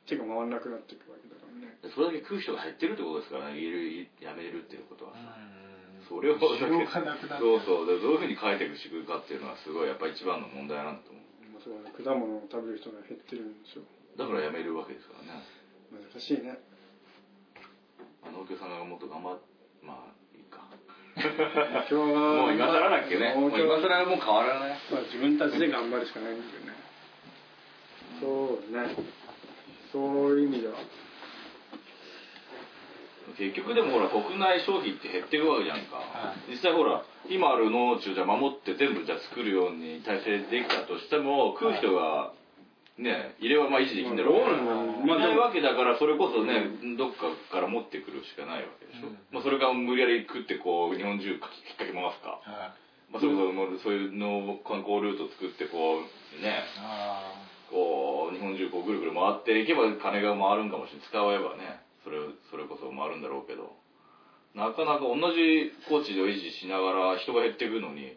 Speaker 1: 手が回らなくなっていくわけだからね
Speaker 3: それだけ食う人が減ってるってことですからね、いる、いやめるっていうことは。それを、
Speaker 4: 需要がなくなって
Speaker 3: そうそう、でどういうふうに変えていく仕組みかっていうのは、すごいやっぱ一番の問題なんだと思う。
Speaker 1: まあそうだね果物を食べる人が減ってるんでしょう
Speaker 3: だからやめるわけですからね。
Speaker 1: 難しいね
Speaker 3: まあ農協さんがもっと頑張っ、まあ、いいか。
Speaker 1: 今日は
Speaker 3: もう今更だっけね。もう今更はもう変わらない。
Speaker 1: まあ、自分たちで頑張るしかないんだよねそうねそういう意味では
Speaker 3: 結局でもほら国内消費って減っていくわけじゃんか、実際ほら今ある農地をじゃあ守って全部じゃあ作るように体制できたとしても食う人がね入れはまあ維持できるんだろうから、
Speaker 1: まあ
Speaker 3: い
Speaker 1: で
Speaker 3: ない
Speaker 1: も
Speaker 3: わけだからそれこそね、どっかから持ってくるしかないわけでしょ、まあ、それが無理やり食ってこう日本中かきっかけ回すか、
Speaker 4: は
Speaker 3: ま
Speaker 4: い
Speaker 3: あ、それこそもうそういう農観光ルート作ってこうね
Speaker 4: あ
Speaker 3: こう日本中こうぐるぐる回っていけば金が回るんかもしれない使えばねそれそれこそ回るんだろうけどなかなか同じ高地で維持しながら人が減っていくのに、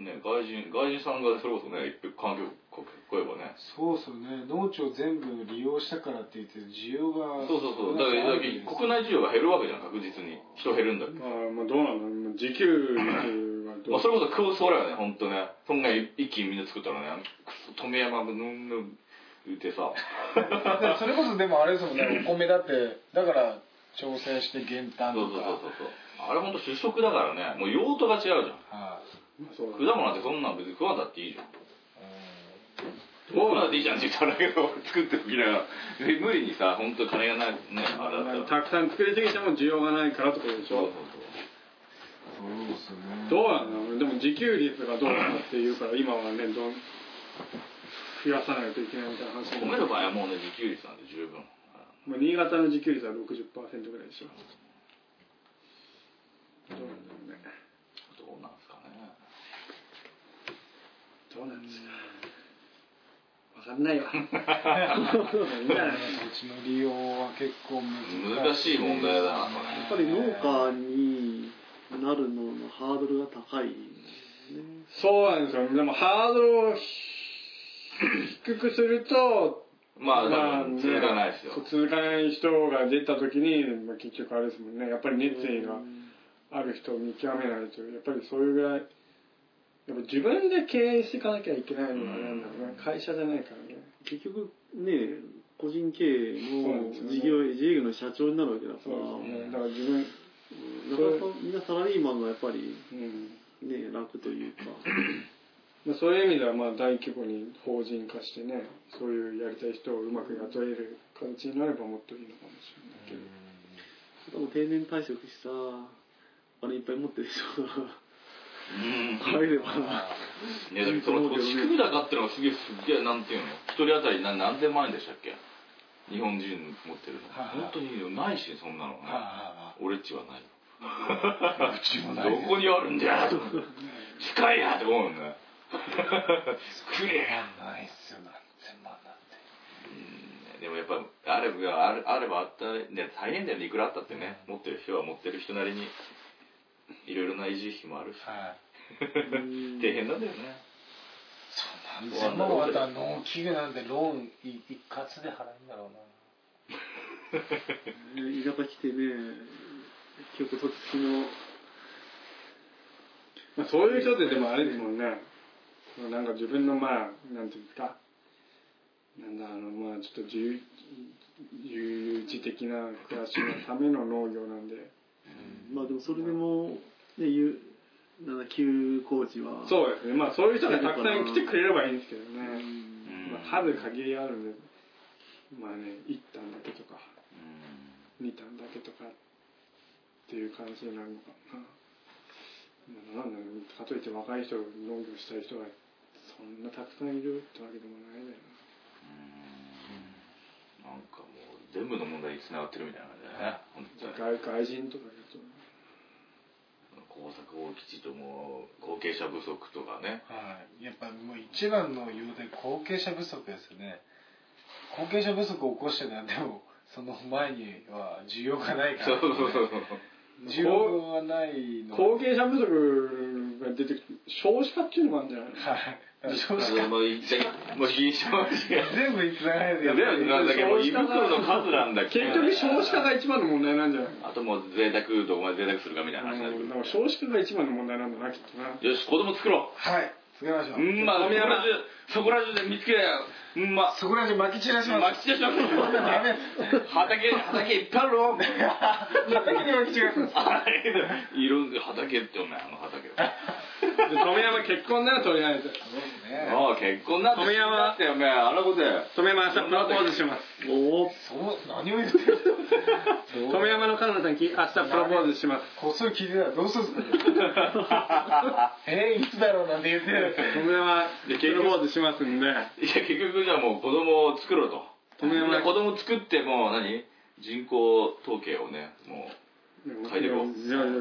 Speaker 3: ね、外人外人さんがそれこそね一環境国来ればね
Speaker 4: ーそうそうね農地を全部利用したからって言って需要が
Speaker 3: そうそうそうだからだから国内需要が減るわけじゃん確実に人減るんだけど、
Speaker 1: まあ、まあ、どうなの時給はどう
Speaker 3: まあ、それこそ競争だよね本当ねそんな一気にみんな作ったらねくそ富山の言うてさ
Speaker 4: だってそれこそでもあれですもんねお米だってだから調整して減反
Speaker 3: そうそ
Speaker 4: と
Speaker 3: うそう
Speaker 4: か
Speaker 3: そうあれほんと主食だからねもう用途が違うじゃん
Speaker 5: は
Speaker 2: そう
Speaker 3: 果物なんてそんなん別に食わんだっていいじゃん
Speaker 5: い
Speaker 3: 食わんだっていいじゃんって言ったんだけど作っておきながらで無理にさ本当金がないねあれだったら
Speaker 1: たくさん作りすぎても需要がないからってことでし
Speaker 3: そうそ
Speaker 1: ょ
Speaker 3: うそう
Speaker 4: そうですね
Speaker 1: どうなのでも自給率がどうなのっていうから今はねどん増やさないといけないみたいな話に
Speaker 3: 米
Speaker 1: なる
Speaker 3: の場合はもうね自給率なんて十分
Speaker 1: もう新潟の自給率は60%ぐらいでしょどうなんだろうね
Speaker 3: どうなんですかね
Speaker 1: どうなんですかわかん ないよいいんじゃない
Speaker 4: 土地の利用は結構難
Speaker 3: 難
Speaker 4: し
Speaker 3: し
Speaker 4: い
Speaker 3: い問題だな
Speaker 2: やっぱり農家になるののハードルが高いね
Speaker 1: そうなんですよでもハードルを低くすると
Speaker 3: まあ多分
Speaker 1: ね
Speaker 3: 続かないですよ
Speaker 1: そう続かない人が出た時に、まあ、結局あれですもんねやっぱり熱意がある人を見極めないとやっぱりそういうぐらいやっぱ自分で経営していかなきゃいけないのがあれなんだろうね会社じゃないからね
Speaker 2: 結局ね個人経営
Speaker 1: そうなん
Speaker 2: の
Speaker 1: ですよね
Speaker 2: 事業自営業の社長になるわけだか
Speaker 1: そう
Speaker 2: ら
Speaker 1: ですねだから自分
Speaker 2: うんなかなかみんなサラリーマンがやっぱり
Speaker 1: うん
Speaker 2: ね楽というか
Speaker 1: まあ、そういう意味ではまあ大規模に法人化してねそういうやりたい人をうまく雇える形になればもっといいのかもしれないけど、
Speaker 2: でも定年退職しさあれいっぱい持ってる人が
Speaker 3: うん
Speaker 2: 入れば
Speaker 3: いやだけどその土地組高ってのがすげえすっげえなんていうの一人当たり何何千万円でしたっけ日本人持ってるの
Speaker 5: はい
Speaker 3: 本当にないしそんなのね
Speaker 5: は
Speaker 3: 俺っちはない
Speaker 5: うちもない
Speaker 3: どこにあるんだよと思って近いやと思うよねくれや
Speaker 5: ないっすよ何千万なんて
Speaker 3: うんでもやっぱあればあれあればあったね最年齢でいくらあったってね持ってる人は持ってる人なりにいろいろな維持費もあるし
Speaker 5: はい
Speaker 2: ん
Speaker 3: 大変なんだよね
Speaker 5: そう何千万はあったら農機具なんでローンい一括で払うんだろうな
Speaker 2: ね居酒屋来てね今日こそ月の
Speaker 1: まあ、そういう人ってでもあれですもんね、そのなんか自分のまあなんていうんですかなんだあのまあちょっと自由有事的な暮らしのための農業なんで
Speaker 2: まあでもそれでも、ね、ゆなんだ休工地はう、
Speaker 1: そうですねまあそういう人がたくさん来てくれればいいんですけどね、ま
Speaker 2: ん、
Speaker 1: あ、数限りあるんでまあね1単だけとか2単だけとかっていう感じになるのかな、まあ、なんだろうかといって若い人農業したい人がそんなたくさんいるってわけでもないだよな
Speaker 3: なんかもう全部の問題に繋がってるみたいな感じだね本当に
Speaker 1: 外外人とかだと
Speaker 3: 工作放棄地とも後継者不足とかね
Speaker 4: はい、やっぱもう一番の要点後継者不足ですよね後継者不足を起こしてたんでもその前には需要がないか
Speaker 3: そう
Speaker 4: ら、
Speaker 3: そうそう
Speaker 4: 需要がないの
Speaker 1: 後継者不足が出てくる少子化っていうのもあるんじゃないの
Speaker 4: はい少子
Speaker 3: そう
Speaker 4: 化
Speaker 3: もう一 回もう非常に
Speaker 4: 全部につながる
Speaker 3: 全
Speaker 4: やつ
Speaker 3: 部なんだけどもう胃袋の数なんだけ
Speaker 1: 結局少子化が一番の問題なんじゃないの
Speaker 3: あともう贅沢どこまで贅沢するかみたいな話になってく
Speaker 1: うん
Speaker 3: る
Speaker 1: だから少子化が一番の問題なんだなきっとな
Speaker 3: よし子供作ろ
Speaker 4: はい作りましょ
Speaker 3: ううん
Speaker 4: う
Speaker 3: まあそこら中そこら中で見つけりゃうんま
Speaker 4: そこら中撒き散らしま
Speaker 3: まき
Speaker 4: す
Speaker 3: 散らしましょう
Speaker 4: ダメ
Speaker 3: 畑畑いっぱいある ろ
Speaker 4: 畑に撒き散らします
Speaker 3: あれいろんな畑ってお前あの 畑
Speaker 1: で富山結婚ならとりあえず
Speaker 3: ああ結婚なんて
Speaker 1: 富山
Speaker 3: だってお前あのことや
Speaker 1: 富山明日プロポーズします
Speaker 2: おお
Speaker 4: そう何を言ってる
Speaker 1: 富山の彼女さんに明日プロポーズします
Speaker 4: こっそり聞いてたらどうするんですか えー、いつだろうなんて言ってる
Speaker 1: 富山プロポーズしますんで
Speaker 3: いや結局じゃあもう子供を作ろうと
Speaker 1: 富山
Speaker 3: 子供作ってもう何人口統計をねも書いてこう
Speaker 1: いやいやや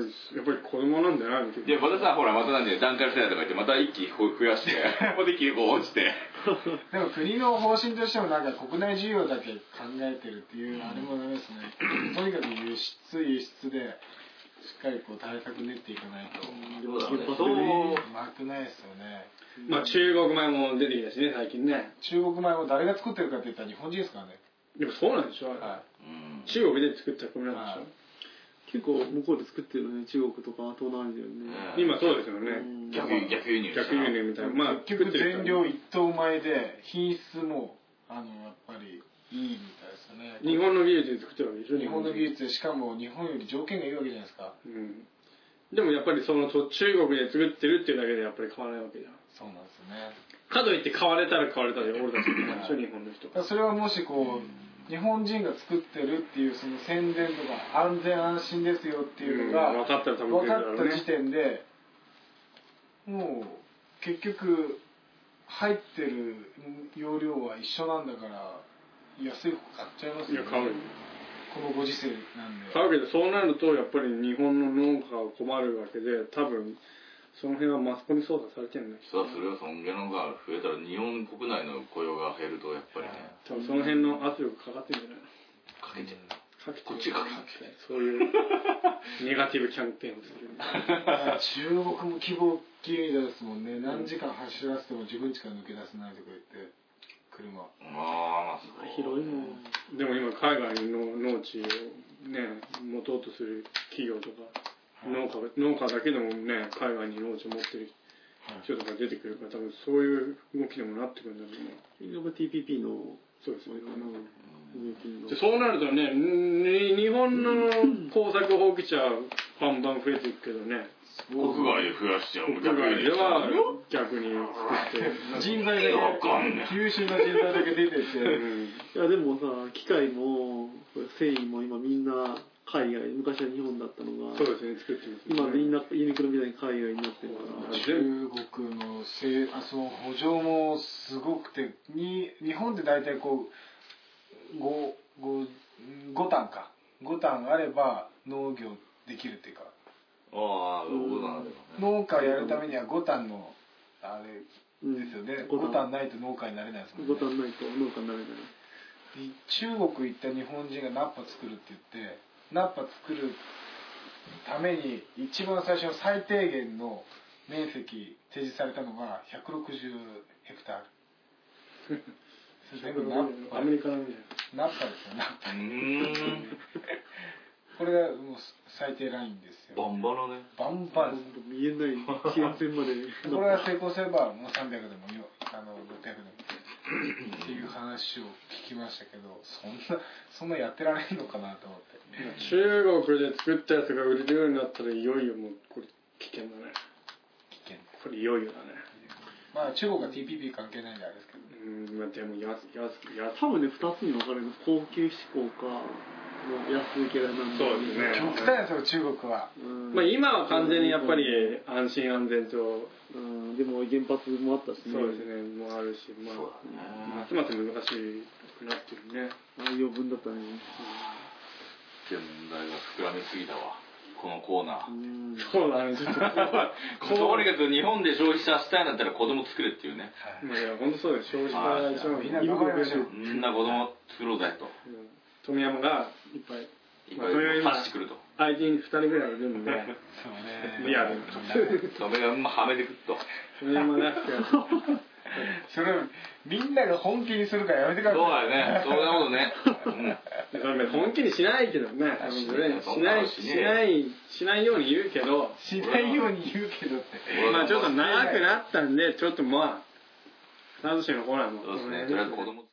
Speaker 1: っぱり子供なんだよなみたいう
Speaker 3: でまたさほらまた何で段階世代とか言ってまた一気に増やして また一気にこう落ちて
Speaker 4: でも国の方針としてもなんか国内需要だけ考えてるっていうあれもダメです ね。とにかく輸出輸出でしっかりこう対策練っていかないと
Speaker 3: そうだね
Speaker 2: そう
Speaker 4: うまくないですよね。
Speaker 1: なまあ中国米も出てきたしね最近ね
Speaker 4: 中国米を誰が作ってるかって言ったら日本人ですからね。
Speaker 1: でもそうなんでしょあれ
Speaker 4: は
Speaker 3: うん
Speaker 1: 中国で作った米なんでしょ
Speaker 2: 結構向こうで作ってるよね中国とか東南アジアよね
Speaker 3: ね
Speaker 1: 今そうですよね
Speaker 2: うん
Speaker 3: 逆輸逆輸入
Speaker 1: 逆輸入みたいなまあ
Speaker 4: い。結局全量
Speaker 1: い
Speaker 4: 一等米で品質もあのやっぱりいいみたいですね
Speaker 1: 日本の技術で作ってるわけでしょ
Speaker 4: 日本の技術でしかも日本より条件がいいわけじゃないですか
Speaker 1: うんでもやっぱりそのと中国で作ってるっていうだけでやっぱり買わないわけじゃん
Speaker 4: そうなんですよね
Speaker 1: かといって買われたら買われたで俺たちも一緒日本の人
Speaker 4: だからそれはもしこう日本人が作ってるっていうその宣伝とか安全安心ですよっていうのが、
Speaker 1: 分かったら多分
Speaker 4: 分
Speaker 1: 来る
Speaker 4: か
Speaker 1: だ
Speaker 4: っ
Speaker 1: ろう
Speaker 4: た
Speaker 1: ね
Speaker 4: 時点でもう結局入ってる容量は一緒なんだから安い服買っちゃいます
Speaker 1: いや買うよ
Speaker 4: このご時世なんで
Speaker 1: 買うけどそうなるとやっぱり日本の農家は困るわけで多分その辺はマスコミ操作されてるんだ
Speaker 3: そうそれはそんげのが増えたら日本国内の雇用が減るとやっぱりね
Speaker 1: 多分その辺の圧力かかってるんじゃない
Speaker 3: かけてる
Speaker 1: かけてる
Speaker 3: こっちがかけ
Speaker 1: そういうネガティブキャンペーンをする
Speaker 4: 中国も希望きりですもんね何時間走らせても自分ちから抜け出せないとか言って車
Speaker 3: まあまあそう
Speaker 2: 広いの
Speaker 1: でも今海外の農地をね持とうとする企業とか農家農家だけでもね海外に農地を持ってる人とか出てくるから多分そういう動きでもなってくるんだろうね
Speaker 2: キングオブ TPP の
Speaker 1: そうですね
Speaker 2: 入金の
Speaker 1: でそうなるとねに日本の耕作放棄地はバンバン増えていくけどね
Speaker 3: 国外で増やしちゃう
Speaker 1: 国外では逆に作って、
Speaker 4: 人材だけ
Speaker 3: わかんねえ
Speaker 4: 優秀な人材だけ出てって
Speaker 1: うん
Speaker 2: いやでもさ機械も繊維も今みんな海外昔は日本だったのが
Speaker 1: そうですね作ってますね
Speaker 2: 今みんなユニクロみたいに海外になってるから
Speaker 4: 中国のせいあその補助もすごくてに日本って大体こう 5, 5, 5単か5単あれば農業できるっていうか
Speaker 3: ああそうなんだよね
Speaker 4: 農家をやるためには5単のあれ
Speaker 2: うん
Speaker 4: ですよね
Speaker 2: 五
Speaker 4: 5単
Speaker 2: 反
Speaker 4: ないと農家になれないですもんね
Speaker 2: 五反ないと農家になれない
Speaker 4: 中国行った日本人がナッパ作るって言ってナッパ作るために一番最初の最低限の面積提示されたのが160ヘクタールそれ全部ナッパ
Speaker 1: アメリカなんで
Speaker 4: ナッパですよナッパ
Speaker 3: うーん
Speaker 4: これがもう最低ラインです
Speaker 3: バ
Speaker 4: よ
Speaker 3: ンバラね
Speaker 4: バンバンです
Speaker 2: 見えない戦線まで
Speaker 4: これが成功すればもう300でもよあの600でもっていう話を聞きましたけどそんなそんなやってられんのかなと思って
Speaker 1: 中国で作ったやつが売れるようになったらいよいよもうこれ危険だね
Speaker 4: 危険
Speaker 1: これいよいよだね
Speaker 4: まあ中国は TPP 関係ないんであれですけど、
Speaker 1: うんまあでも安安安
Speaker 2: 多分ね2つに分かれる高級志向かもう安請けがなんだ
Speaker 1: そ
Speaker 2: ろ
Speaker 1: うですね
Speaker 4: 極端ですよ中国は
Speaker 2: うん
Speaker 1: まあ今は完全にやっぱり安心安全と
Speaker 2: うんでも原発もあったしね
Speaker 1: そうですねもあるしま
Speaker 3: そう
Speaker 1: あま
Speaker 3: だね
Speaker 1: すます難しくなってるね
Speaker 2: あ余分だったね
Speaker 3: って問題が膨らみすぎたわこのコーナー
Speaker 2: うん
Speaker 1: そうだねちょっと
Speaker 3: とにかく日本で消費者したいんだったら子供作れっていうね
Speaker 1: いや本当そうです消費者一番
Speaker 4: みんな頑張りましょう
Speaker 3: みんな子供作ろうぜと
Speaker 1: うん富山がいっぱい
Speaker 3: いっ
Speaker 1: まあそれは
Speaker 3: ぱい
Speaker 1: 今
Speaker 3: 走ってくると
Speaker 1: 愛人2人ぐらいいるんで
Speaker 4: そうね
Speaker 1: リアル
Speaker 3: それがまあはめてくっと
Speaker 1: 富山なくて
Speaker 4: それみんなが本気にするからやめてくだ
Speaker 3: そう
Speaker 4: さい
Speaker 3: だよねそんなことね
Speaker 1: 本気にしないけどね
Speaker 3: あし
Speaker 1: し
Speaker 3: ない
Speaker 1: ないしないしないように言うけど
Speaker 4: しないように言うけどって
Speaker 3: うん
Speaker 1: まあちょっと長くなったんでちょっとまあサトシのコーナーも
Speaker 3: そうですねとりあえず子供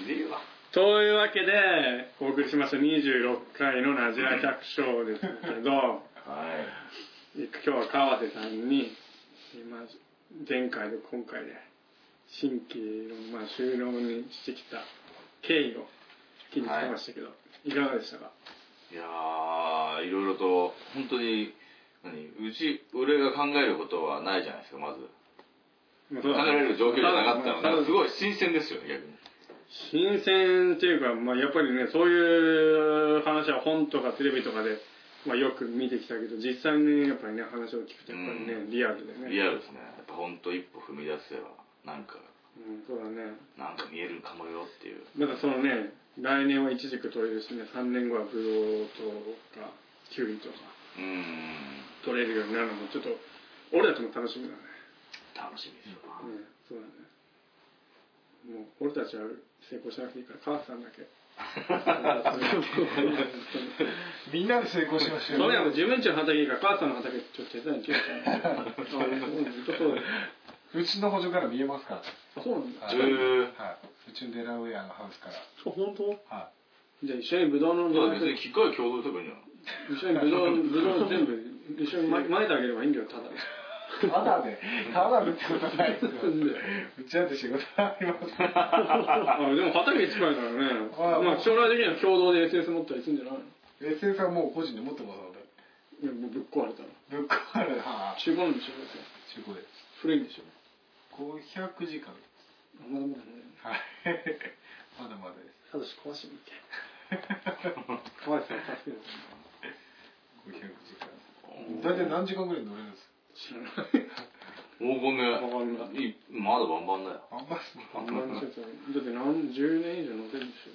Speaker 3: ひでえわ
Speaker 1: というわけでお送りしました26回のナジラ百姓ですけど
Speaker 3: はい
Speaker 1: 今日は川瀬さんに今前回と今回で新規の、まあ、収納にしてきた経緯を聞きに来ましたけど、い、かがでしたか
Speaker 3: いやーいろいろと本当に何うち俺が考えることはないじゃないですかまず考えられる状況じゃなかったので、すごい新鮮ですよね逆に
Speaker 1: 新鮮っていうか、まあ、やっぱりねそういう話は本とかテレビとかで、まあ、よく見てきたけど実際にやっぱりね話を聞くとやっぱりね、
Speaker 3: うん
Speaker 1: リアルでね
Speaker 3: リアルですねやっぱ本当一歩踏み出せばなんか
Speaker 1: うん、そうだね
Speaker 3: なんか見えるかもよっていう
Speaker 1: まだそのね来年はイチジク取れるしね3年後はブドウとかキュウリとか
Speaker 3: うーん
Speaker 1: 取れるようになるのもちょっと俺たちも楽しみだね、
Speaker 3: 楽しみですよ、
Speaker 1: うん、そうだ ねもう俺たちは成功しなくていいから川瀬さんだけ
Speaker 4: ったんだっけみんなで成功しました
Speaker 1: そう
Speaker 4: よ
Speaker 1: やもう
Speaker 4: ね
Speaker 1: 自分ちの畑が母さんの畑ちょっと手伝いに来ましたねあそうずっとそうです
Speaker 4: うちの補助から見えますから
Speaker 1: あそうなんだ
Speaker 4: はい、はいうちのデラウェアのハウスから
Speaker 2: あ本当
Speaker 4: は
Speaker 1: じゃあ一緒にブドウの
Speaker 3: まあ別に
Speaker 1: 一
Speaker 3: 機械を共同すればいいんじゃない
Speaker 1: 緒にブドウブドウ全部一緒にま巻いてあげればいいんだよただ
Speaker 4: いただでただでってことはないですよ
Speaker 1: うん
Speaker 4: うちだって仕事ありますから
Speaker 1: あでも畑近いからね
Speaker 4: あ
Speaker 1: まあ将来的には共同で SS 持ったりするんじゃないの
Speaker 4: SS はもう個人で持ってますので
Speaker 1: いやもうぶっ壊れたら
Speaker 4: ぶっ壊れは
Speaker 1: 中古なんでしょどうせ
Speaker 4: 中古です
Speaker 1: 古いんでしょ
Speaker 4: 500時間
Speaker 1: あまだまだね
Speaker 4: はいまだまだです
Speaker 1: ただし壊してみて河合さん助けて
Speaker 4: 500時間大体何時間ぐらい乗れるんです
Speaker 1: 知らない
Speaker 3: 黄金ね
Speaker 1: わかんない
Speaker 3: いいまだバンバンだよ
Speaker 4: かあんまりそ
Speaker 1: あんまりの説はだって何十年以上乗ってるんです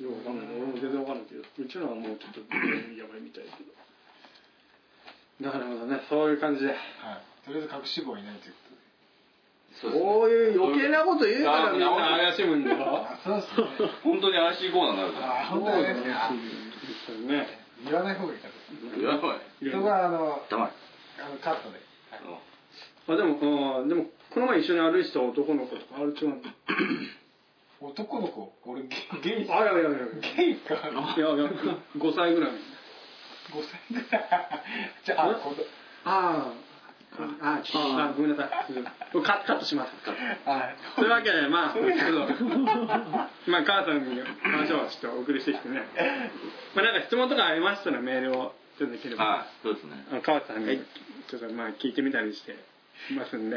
Speaker 1: よよくわかんない俺も全然わかんないけどうちのはもうちょっとやばいみたいだけどなるほどねそういう感じで
Speaker 4: はいとりあえず隠し棒はいないということで
Speaker 3: そうですね
Speaker 1: こういう余計なこと言うからみんな怪しむんだよ
Speaker 4: あそうですね
Speaker 3: 本当に IC コーナーになるから
Speaker 4: あ本当ですね
Speaker 1: そうですね
Speaker 4: 言わない方がいいかと
Speaker 3: やばい
Speaker 4: 人があの
Speaker 3: 黙れ
Speaker 4: あのカットで
Speaker 1: あでもあーでもこの前一緒に歩いてた男の子とかあれ違うの
Speaker 4: 男の子俺ゲゲイ
Speaker 1: あいやいやいやい
Speaker 4: ゲイか5
Speaker 1: やいや5歳ぐらい
Speaker 4: 歳ぐらいじゃああこの
Speaker 1: あーああああごめんなさいこれカッカットします
Speaker 4: あ
Speaker 1: というわけでまあちょっとまあ母さんに話をちょっとお送りしてきてねまあなんか質問とかありましたらメールをいただければ
Speaker 3: はいそうですね
Speaker 1: あの川田さんにちょっとまあ聞いてみたりしてますんで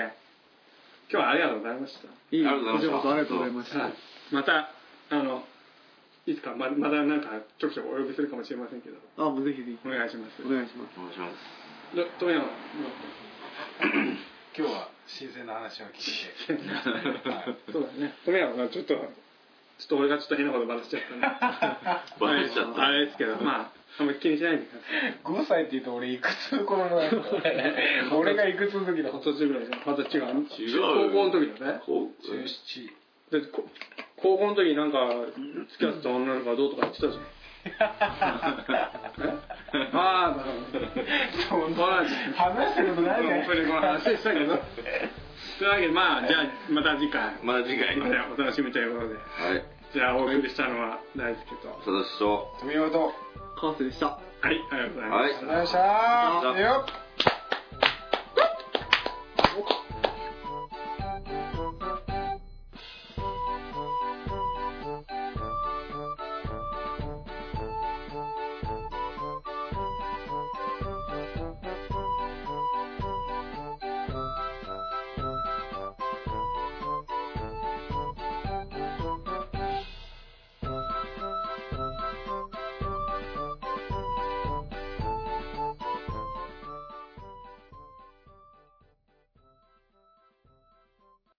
Speaker 1: 今日はありがとうございました
Speaker 3: ありがとうございました
Speaker 2: こちらこそありがとうございました
Speaker 1: はいまたあのいつかままだなんかちょくちょくお呼びするかもしれませんけど
Speaker 2: あもうぜひぜ
Speaker 1: お願いします
Speaker 2: ひお願いします
Speaker 3: お願いします
Speaker 1: ど富山の
Speaker 4: 今日は新鮮な話を聞い て、はい
Speaker 1: そうだね富山がちょっとちょっと俺がちょっと変なことばらしちゃったんで
Speaker 3: バレちゃった
Speaker 1: あれですけどまああんまり気にしないでください
Speaker 4: 5歳って言うと俺いくつの頃なんですか 俺がいくつの時だ
Speaker 1: 二十歳ぐらいじゃんまた違う
Speaker 3: 違う
Speaker 1: 高校の時だね
Speaker 3: こう
Speaker 4: 17
Speaker 1: だってこ高校の時なんか付き合ってた女の子がどうとか言ってたじゃんえ ああだから
Speaker 4: そんな
Speaker 1: 同じ
Speaker 4: 話したことない
Speaker 1: 本
Speaker 4: ね
Speaker 1: 当にこの話でしたけどというわけでまあじゃあまた次回
Speaker 3: また次回
Speaker 1: ま
Speaker 3: はい
Speaker 1: たお楽しみということでじゃあお送りしたのは大輔とは
Speaker 3: 佐々木と
Speaker 4: 富山と
Speaker 2: 川瀬でした
Speaker 1: いありがとうございます、
Speaker 3: はい
Speaker 4: ありがとうございました
Speaker 3: ありがとうございました
Speaker 4: よっ